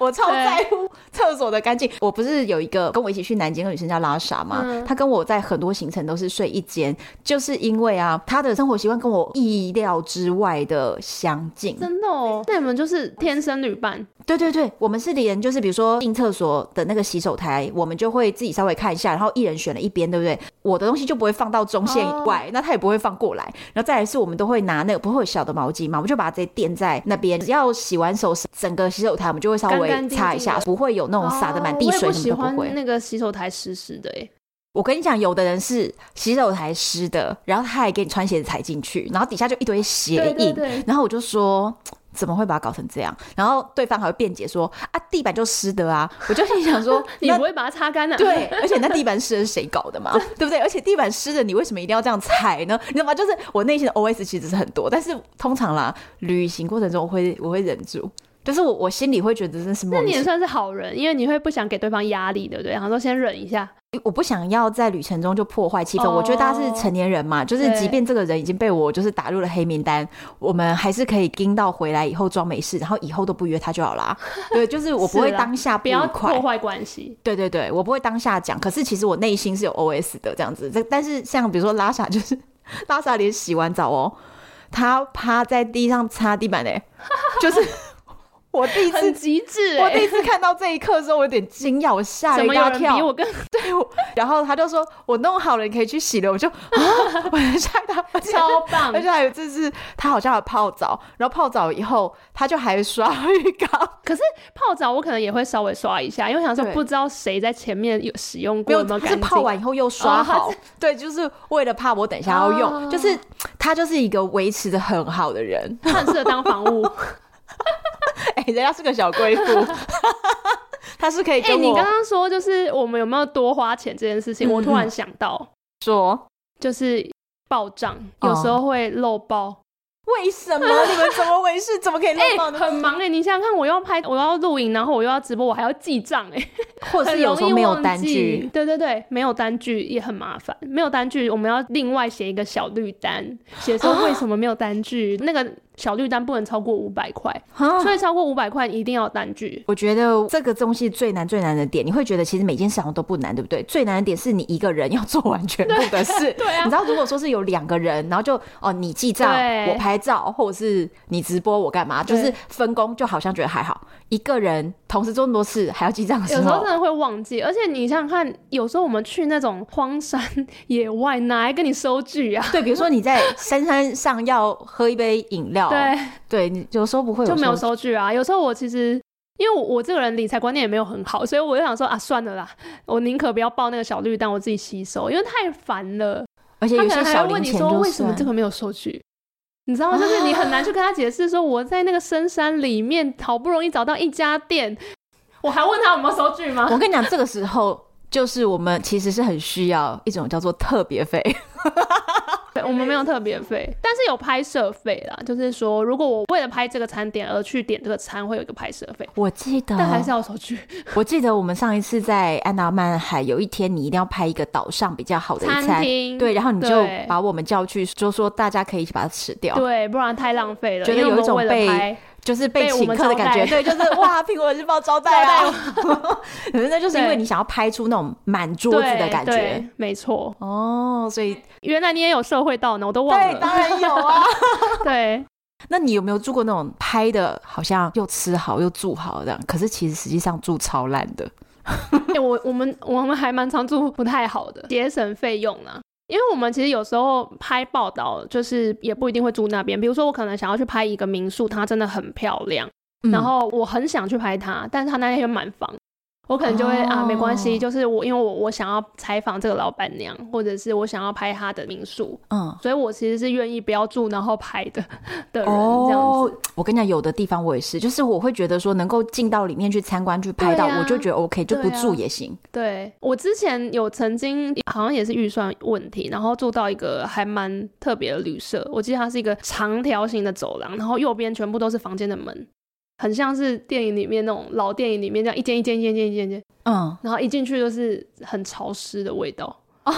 A: 我超
B: 对
A: 在乎厕所的干净。我不是有一个跟我一起去南京的女生叫拉莎嘛，
B: 嗯
A: 她跟我在很多行程都是睡一间，就是因为啊，她的生活习惯跟我意料之外的相近。
B: 真的哦。那你们就是天生旅伴，
A: 对对对，我们是连就是比如说进厕所的那个洗手台，我们就会自己稍微看一下，然后一人选了一边，对不对？我的东西就不会放到中线以外，那她也不会放过来。然后再来是我们都会拿那个不会有小的毛巾嘛，我们就把它直接垫在那边，只要洗完手，整个洗手台我们就会稍
B: 干
A: 微
B: 干净净
A: 擦一下，不会有那种洒的满地
B: 哦
A: 水
B: 我也不
A: 什
B: 喜
A: 么都
B: 欢
A: 不会。
B: 那个洗手台湿湿的，哎，
A: 我跟你讲，有的人是洗手台湿的，然后他还给你穿鞋子踩进去，然后底下就一堆鞋
B: 对
A: 印，
B: 对对，
A: 然后我就说。怎么会把它搞成这样？然后对方还会辩解说啊，地板就湿的啊！我就心想说
B: ，你
A: 那
B: 不会把它擦干啊的。
A: 对，而且那地板湿的是谁搞的嘛？ 对不对？而且地板湿的，你为什么一定要这样踩呢？你知道吗？就是我内心的 OS 其实是很多，但是通常啦，旅行过程中我会我会忍住，就是我我心里会觉得真是莫
B: 那
A: 名
B: 你
A: 其妙，
B: 也算是好人，因为你会不想给对方压力，对不对？然后说先忍一下，
A: 我不想要在旅程中就破坏气氛。
B: 哦
A: 我觉得大家是成年人嘛，就是
B: 对
A: 即便这个人已经被我就是打入了黑名单，我们还是可以盯到回来以后装没事，然后以后都不约他就好啦。对，就是我不会
B: 是啦
A: 当下
B: 不
A: 愉
B: 要
A: 快
B: 破，坏关系。
A: 对对对，我不会当下讲，可是其实我内心是有 OS 的这样子。这但是像比如说拉萨，就是 拉萨连洗完澡哦，她趴在地上擦地板嘞、就是 我第一次
B: 很极致、
A: 我第
B: 欸，
A: 一次看到这一刻的时候，我有点惊讶，我吓了
B: 怎
A: 一
B: 么有
A: 大
B: 人
A: 跳
B: 比。我 更
A: 对，我然后他就说我弄好了，你可以去洗了。我就啊， 我就吓到，而且
B: 超棒
A: 而？且还有就是他好像还泡澡，然后泡澡以后他就还刷浴缸。
B: 可是泡澡我可能也会稍微刷一下，因为我想说
A: 对
B: 不知道谁在前面有使用
A: 没
B: 过
A: 有，
B: 没有
A: 它
B: 干
A: 是
B: 净。
A: 泡完以后又刷
B: 哦它
A: 好，对，就是啊为了怕我等一下要用，
B: 哦
A: 就是他就是一个维持的很好的 人，
B: 它很适合当房屋，
A: 哎、人家是个小贵妇， 他是可以
B: 哎、
A: 跟
B: 你
A: 我嗯
B: 刚刚说就是我们有没有多花钱这件事情，我突然想到，
A: 说，
B: 就是报账
A: 哦
B: 有时候会漏报。
A: 为什么你们怎么回事？怎么可以
B: 哎、
A: 乱报呢？
B: 很忙哎、你想想看，我又要拍，我又要录影，然后我又要直播，我还要记账哎、
A: 或者
B: 很
A: 是有
B: 容
A: 时候
B: 易
A: 没有
B: 忘
A: 单
B: 记
A: 据，
B: 对对对，没有单据也很麻烦。没有单据，我们要另外写一个小绿单，写说
A: 哦
B: 为什么没有单据。那个小绿单不能超过五百块，
A: 啊
B: 所以超过五百块一定要有单据。
A: 我觉得这个东西最难最难的点，你会觉得其实每件事好像都不难，对不对？最难的点是你一个人要做完全部的事。
B: 对啊
A: 你知道，如果说是有两个人，然后就哦，你记账，
B: 对
A: 我拍照，或者是你直播，我干嘛，就
B: 对
A: 是分工，就好像觉得还好。一个人同时做那么多事，还要记账的时
B: 有时候
A: 候
B: 真，的会忘记，而且你想想看，有时候我们去那种荒山野外，哪来跟你收据啊？
A: 对，比如说你在山山上要喝一杯饮料，
B: 对，
A: 对，你有时候不会
B: 就没有
A: 时候
B: 收据啊。有时候我其实。因为我我这个人理财观念也没有很好，所以我就想说啊，算了啦，我宁可不要报那个小绿单，我自己吸收，因为太烦了。
A: 而且
B: 他
A: 有
B: 可
A: 些
B: 能还
A: 小
B: 会问
A: 零
B: 你
A: 钱
B: 说
A: 就
B: 为什么
A: 算 啊
B: 这个没有收据，你知道吗？就是你很难去跟他解释说我在那个深山里面好不容易找到一家店，我还问他有没有收据吗？
A: 我跟你讲，这个时候就是我们其实是很需要一种叫做特别 费。
B: 对我们没有特别费，但是有拍摄费啦。就是说，如果我为了拍这个餐点而去点这个餐，会有一个拍摄费，
A: 我记得，
B: 但还是要有收据。
A: 我记得我们上一次在安达曼海有一天，你一定要拍一个岛上比较好的一
B: 餐
A: 餐，
B: 厅
A: 对，然后你就
B: 对
A: 把我们叫去，就说大家可以一起把它吃掉，
B: 对，不然太浪费了。
A: 觉得
B: 因为我
A: 有一
B: 们
A: 种
B: 为了
A: 被
B: 拍
A: 就是被
B: 被我
A: 请
B: 们
A: 客的感觉，
B: 招
A: 对，就是哇，苹果日报招待啊， 可是那就是因为
B: 对
A: 你想要拍出那种满桌子的
B: 对
A: 感觉
B: 对，没错。
A: 哦，所以
B: 原来你也有社会到呢，我都忘
A: 对，
B: 了。
A: 当然有啊。
B: 对，
A: 那你有没有住过那种拍的，好像又吃好又住好这样，可是其实实际上住超烂的？
B: 欸，我我们我们还蛮常住不太好的，节省费用啦。因为我们其实有时候拍报道，就是也不一定会住那边。比如说，我可能想要去拍一个民宿，它真的很漂亮，
A: 嗯
B: 然后我很想去拍它，但是它那天就满房，我可能就会、啊，没关系，
A: 哦
B: 就是我因为我我想要采访这个老板娘，或者是我想要拍她的民宿，
A: 嗯。
B: 所以我其实是愿意不要住然后拍的 的人、这样
A: 哦
B: 子。，
A: 我跟你讲，有的地方我也是，就是我会觉得说能够进到里面去参观去拍到，
B: 对啊
A: 我就觉得 OK，就
B: 对啊
A: 不住也行。
B: 对我之前有曾经好像也是预算问题，然后住到一个还蛮特别的旅社，我记得它是一个长条形的走廊，然后右边全部都是房间的门，很像是电影里面那种老电影里面这样一间一间一间一间一间一间，
A: 嗯，
B: 然后一进去就是很潮湿的味道。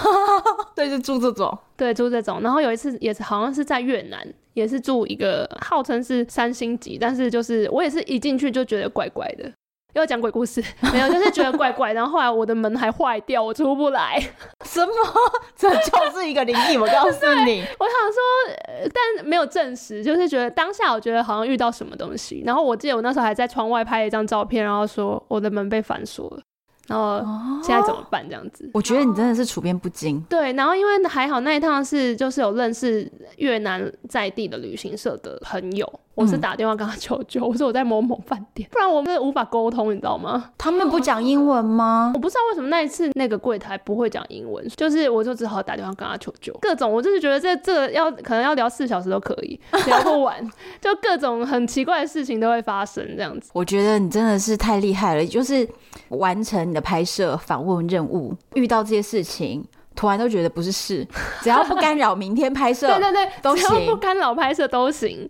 A: 对，就住这种。
B: 对，住这种。然后有一次也是好像是在越南，也是住一个号称是三星级，但是就是我也是一进去就觉得怪怪的。又要讲鬼故事，没有，就是觉得怪怪。然后后来我的门还坏掉，我出不来。
A: 什么？ 这就是一个灵异，我告诉你。
B: 我想说，呃但没有证实，就是觉得当下我觉得好像遇到什么东西。然后我记得我那时候还在窗外拍了一张照片，然后说我的门被反锁了，然后现在怎么办？这样子。
A: 哦我觉得你真的是处变不惊。
B: 对，然后因为还好那一趟是就是有认识越南在地的旅行社的朋友，我是
A: 嗯
B: 打电话跟他求救，我说我在某某饭店，不然我们是无法沟通，你知道吗？
A: 他们不讲英文吗
B: 我？不知道为什么那一次那个柜台不会讲英文，就是我就只好打电话跟他求救，各种我就是觉得这这个要可能要聊四小时都可以，聊 不完，就各种很奇怪的事情都会发生这样子。
A: 我觉得你真的是太厉害了，就是完成你的拍摄访问任务，遇到这些事情，突然都觉得不是事，只要不干扰明天拍 摄
B: 对对对，
A: 都
B: 只要
A: 行
B: 不干扰拍摄 都行。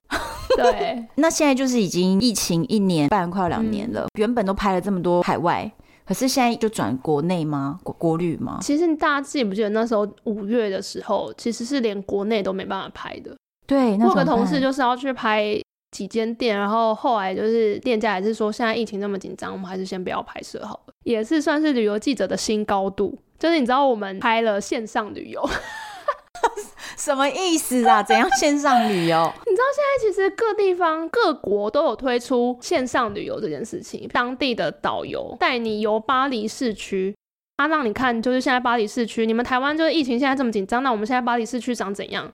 B: 对，
A: 那现在就是已经疫情一年半，快要两年
B: 嗯
A: 了。原本都拍了这么多海外，可是现在就转国内吗？国国旅吗？
B: 其实你大家记不记得那时候五月的时候，其实是连国内都没办法拍的。
A: 对，那
B: 我有个
A: 怎么
B: 同
A: 办
B: 事就是要去拍几间店，然后后来就是店家还是说，现在疫情那么紧张，我们还是先不要拍摄好了。也是算是旅游记者的新高度，就是你知道我们拍了线上旅游，现
A: 什么意思啊？ 怎样线上旅游？
B: 在其实呃各地方各国都有推出线上旅游这件事情，当地的导游带你游巴黎市区。他、让你看，就是现在巴黎市区，你们台湾就是疫情现在这么紧张，那我们现在巴黎市区长怎样？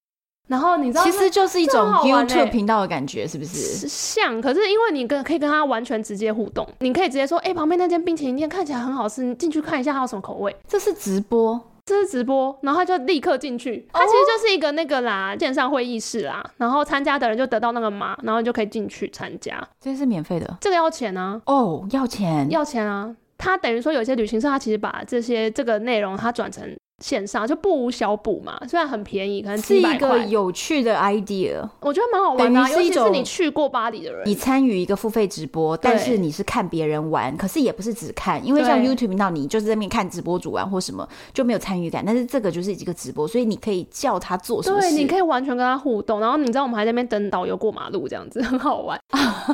B: 然后 你知道
A: 其
B: 那，
A: 实就是一种
B: 这好玩欸
A: YouTube 频道的感觉，是不是？
B: 是像，可是因为你跟可以跟他完全直接互动，你可以直接说，哎、旁边那间冰淇淋店看起来很好吃，你进去看一下它有什么口味。
A: 这是直播
B: 这是直播，然后他就立刻进去，他其实就是一个那个啦，线上会议室啦，然后参加的人就得到那个码，哎然后你就可以进去参加。
A: 这是免费的
B: 这个要钱啊，
A: 哦，要钱。
B: 要钱啊。它等于说有些旅行社它其实把这些这个内容它转成线上，就不无小补嘛。虽然很便宜，可能
A: 是
B: 几
A: 一
B: 百
A: 个
B: 块，
A: 有趣的 idea。
B: 我觉得蛮好玩的啊、
A: 等于
B: 尤
A: 是一
B: 其是
A: 种
B: 你去过巴黎的人
A: 你，参与一个付费直播，
B: 对
A: 但是你是看别人玩，可是也不是只看，因为
B: 对
A: 像 YouTube 频道，你就是在那边看直播主玩或什么就没有参与感。但是这个就是一个直播，所以你可以叫他做什么事，
B: 对，你可以完全跟他互动。然后你知道我们还在那边等导游过马路，这样 子很好玩。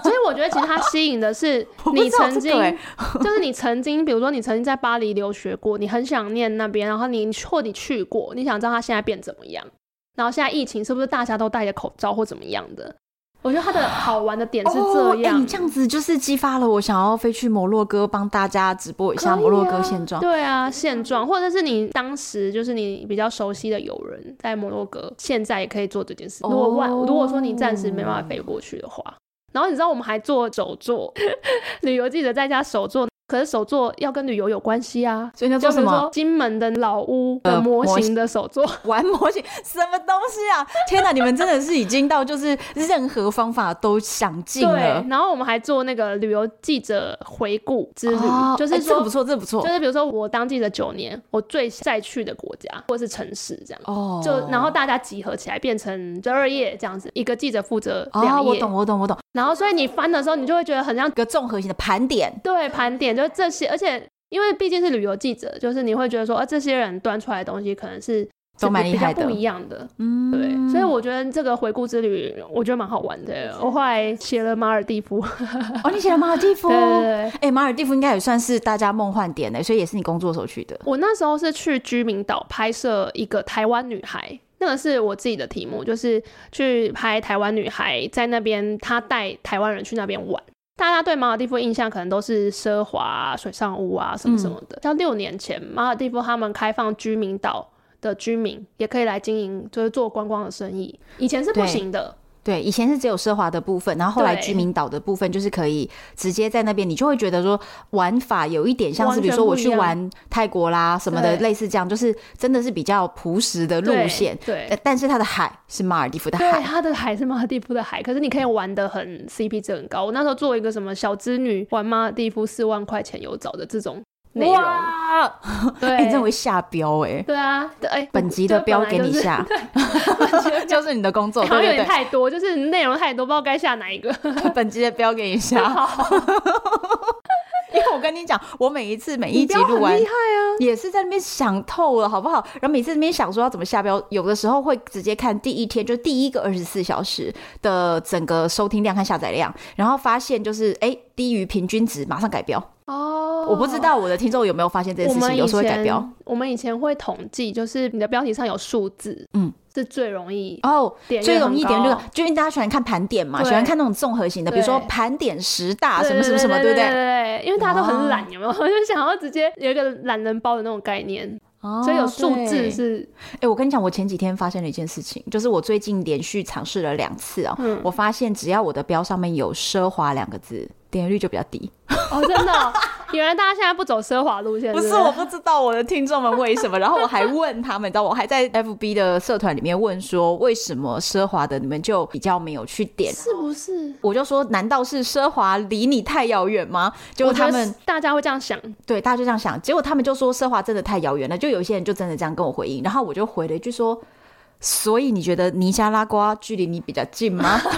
B: 所以我觉得其实它吸引的是
A: 我不
B: 你
A: 知道
B: 曾
A: 这
B: 经，
A: 个欸
B: 就是你曾经，比如说你曾经在巴黎留学过，你很想念那边，然后你或你去过，你想知道它现在变怎么样，然后现在疫情是不是大家都戴着口罩或怎么样的？我觉得它的好玩的点是
A: 哦
B: 这
A: 哎
B: 样，啊
A: 你这样子就是激发了我想要飞去摩洛哥帮大家直播一
B: 可
A: 下摩洛哥
B: 以啊
A: 现状。
B: 对啊，现状，或者是你当时就是你比较熟悉的友人在摩洛哥，现在也可以做这件事。如果万、
A: 哦
B: 如果说你暂时没办法飞过去的话，然后你知道我们还做手作， 旅游记者在家手作，可是手作要跟旅游有关系啊。
A: 所以你要做
B: 就比
A: 什
B: 如
A: 么
B: 说？金门的老屋的
A: 呃
B: 模
A: 模
B: 型的手作，
A: 玩模型，什么东西啊？天哪，你们真的是已经到就是任何方法都想尽了
B: 对。。然后我们还做那个旅游记者回顾之旅，
A: 哦
B: 就
A: 哎
B: 是
A: 这个
B: 说
A: 不错，这个不错
B: 就。是比如说我当记者九年，我最再去的国家或是城市这样。
A: 哦
B: 就然后大家集合起来变成十二页这样子，一个记者负责
A: 哦，
B: 两
A: 我
B: 页，
A: 懂，我懂，我懂，
B: 然后所以你翻的时候，你就会觉得很像
A: 一个综合性的盘点。
B: 对盘点，就是这些，而且因为毕竟是旅游记者，就是你会觉得说，呃，这些人端出来的东西可能是
A: 都蛮
B: 是
A: 厉害
B: 比
A: 的
B: 较不一样的，
A: 嗯，嗯
B: 对，所以 我觉得这个回顾之旅，我觉得蛮好玩的。我后来写了马尔蒂夫，
A: 哦，你写了马尔蒂夫。
B: 对对对。
A: 哎、马尔蒂夫应该也算是大家梦幻点呢，所以也是你工作时候去的。
B: 我那时候是去居民岛拍摄一个台湾女孩，那个是我自己的题目，就是去拍台湾女孩在那边，她带台湾人去那边玩。大家对马尔蒂夫印象可能都是奢华啊、水上屋啊什么
A: 嗯
B: 什么的。像六年前，马尔蒂夫他们开放居民岛的居民也可以来经营，就是做观光的生意，以前是不
A: 对
B: 行的。
A: 对，以前是只有奢华的部分，然后后来
B: 对
A: 居民岛的部分就是可以直接在那边，你就会觉得说玩法有一点像
B: 完
A: 是，比如
B: 全
A: 说我
B: 不一
A: 去
B: 样
A: 玩泰国啦什么的，
B: 对
A: 类似这样，就是真的是比较朴实的路
B: 对
A: 线。
B: 对
A: 呃但是它的海是马尔蒂夫的
B: 对，
A: 海，
B: 它的海是马尔蒂夫的海，可是你可以玩的很 CP 值很高。我那时候做一个什么小织女玩马尔蒂夫四万块钱有找的这种内容，
A: 哇，
B: 对，
A: 哎、你这会下标哎、
B: 对啊，对，哎、
A: 本集的
B: 这
A: 标
B: 本来
A: 给你
B: 就是
A: 下，就是你的工作，
B: 好像有
A: 对
B: 点
A: 对
B: 太多，就是内容太多，不知道该下哪一个。
A: 对，本集的标给你下。 因为我跟你讲，我每一次每一集
B: 标
A: 录
B: 很
A: 完
B: 厉害啊，
A: 也是在那边想透了，好不好？然后每次那边想说要怎么下标，有的时候会直接看第一天，就第一个二十四小时的整个收听量和下载量，然后发现就是哎、低于平均值，马上改标。
B: 哦
A: 我不知。道我的听众有没有发现这
B: 我
A: 件事
B: 们
A: 情，
B: 以
A: 有时候会改标
B: 前我们以前会统计，就是你的标题上有数字，
A: 嗯，
B: 是最容易
A: 哦。
B: 点
A: 最容易点这
B: 这
A: 个，就因为大家喜欢看盘点嘛，
B: 对
A: 喜欢看那种综合型的，比如说
B: 对
A: 盘点十大啊什么什么什么，
B: 对
A: 不
B: 对？对，因为大家都很懒，有没有？ 我就想要直接有一个懒人包的那种概念，
A: 哦
B: 所以有数字
A: 对
B: 是
A: 哎、我跟你讲，我前几天发生了一件事情，就是我最近连续尝试了两次哦、
B: 嗯
A: 我发现只要我的标上面有“奢华”两个字，点击率就比较低。
B: 哦，真的哦、 原来大家现在不走奢华路线，
A: 不
B: 对
A: 是，
B: 对
A: 我不知道我的听众们为什么，然后我还问他们，你知道，我还在 FB 的社团里面问说，为什么奢华的你们就比较没有去点？啊
B: 是不是？
A: 我就说，难道是奢华离你太遥远吗？结果
B: 我觉
A: 他
B: 得
A: 们啊
B: 大家会这样想，
A: 对大家就这样想，结果他们就说奢华真的太遥远了，就有一些人就真的这样跟我回应，然后我就回了一句说。所以你觉得尼加拉瓜距离你比较近吗？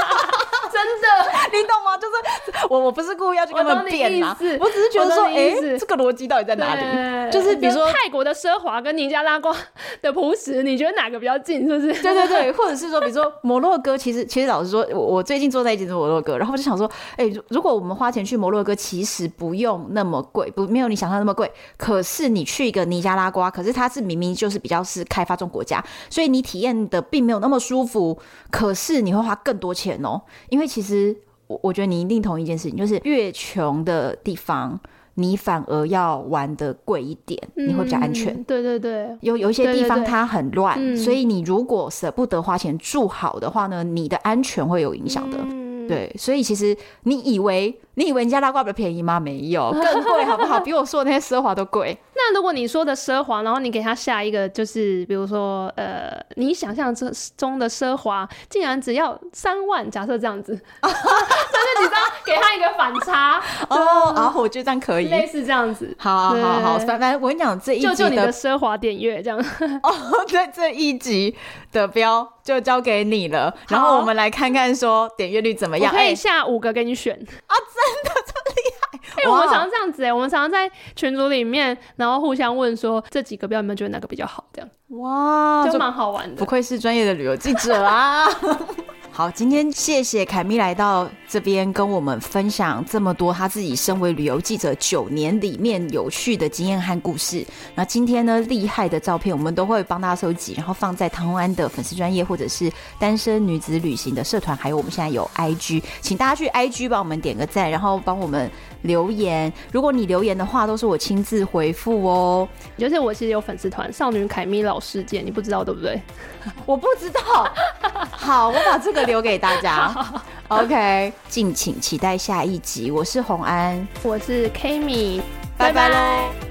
B: 真的。
A: 你懂吗？就是我我不是故意要去跟他们辩啦，
B: 我懂你意思
A: 我只是觉得说，
B: 我懂你意
A: 哎、
B: 思
A: 这个逻辑到底在哪里？
B: 对
A: 就是比如说
B: 泰国的奢华跟尼加拉瓜 的朴实，你觉得哪个比较近？是不 是？
A: 对对对，或者是说，比如说摩洛哥，其实其实老实说，我我最近做在一起是摩洛哥，然后我就想说，哎、如如果我们花钱去摩洛哥，其实不用那么贵，不没有你想象那么贵。可是你去一个尼加拉瓜，可是它是明明就是比较是开发中国家，所以你体验的并没有那么舒服，可是你会花更多钱哦，因为其实我我觉得你一定同意一件事情，就是越穷的地方，你反而要玩的贵一点，你会比较安全。
B: 嗯对对对，
A: 有有一些地
B: 对对
A: 方
B: 对
A: 它很乱，
B: 嗯
A: 所以你如果舍不得花钱住好的话呢，你的安全会有影响的。
B: 嗯，
A: 对，所以其实你以为你以为尼加拉瓜比较便宜吗？没 有，更贵，好不好？比我说的那些奢华都贵。
B: 那如果你说的奢华，然后你给它下一个就是，比如说呃，你想象中中的奢华，竟然只要三万，假设这样子， 就是你知道给它一个反差，
A: 哦，然后我觉得这样 可以。
B: 类似这样子。
A: 好好好好，
B: 对
A: 反反正我跟你讲，这一
B: 救
A: 集
B: 救你
A: 的
B: 的奢华点阅，这样
A: 哦，对，这一集的标就交给你了。然后我们来看看说点阅率怎么
B: 我
A: 样。
B: 可以
A: 哎、哦
B: 下五个给你选。 哎、
A: 哇
B: 我们常常这样子哎、我们常常在群组里面，然后互相问说这几个标，你们觉得哪个比较好？这样
A: 哇，
B: 就
A: 这
B: 蛮好玩
A: 不
B: 的。
A: 愧是专业的旅游记者啊！ 好，今天谢谢凯咪来到这边跟我们分享这么多他自己身为旅游记者九年里面有趣的经验和故事。那今天呢，厉害的照片我们都会帮大家收集，然后放在唐红安的粉丝专业或者是单身女子旅行的社团，还有我们现在有 IG，请大家去 IG 帮我们点个赞，然后帮我们留言。如果你留言的话，都是我亲自回复哦。
B: 就是我其实有粉丝团“少女凯咪老世界”，你不知道对不对？
A: 我不知道。好，我把这个留给大 家。OK，敬请期待下一集。我是红安，
B: 我是 Kimi，
A: 拜拜喽。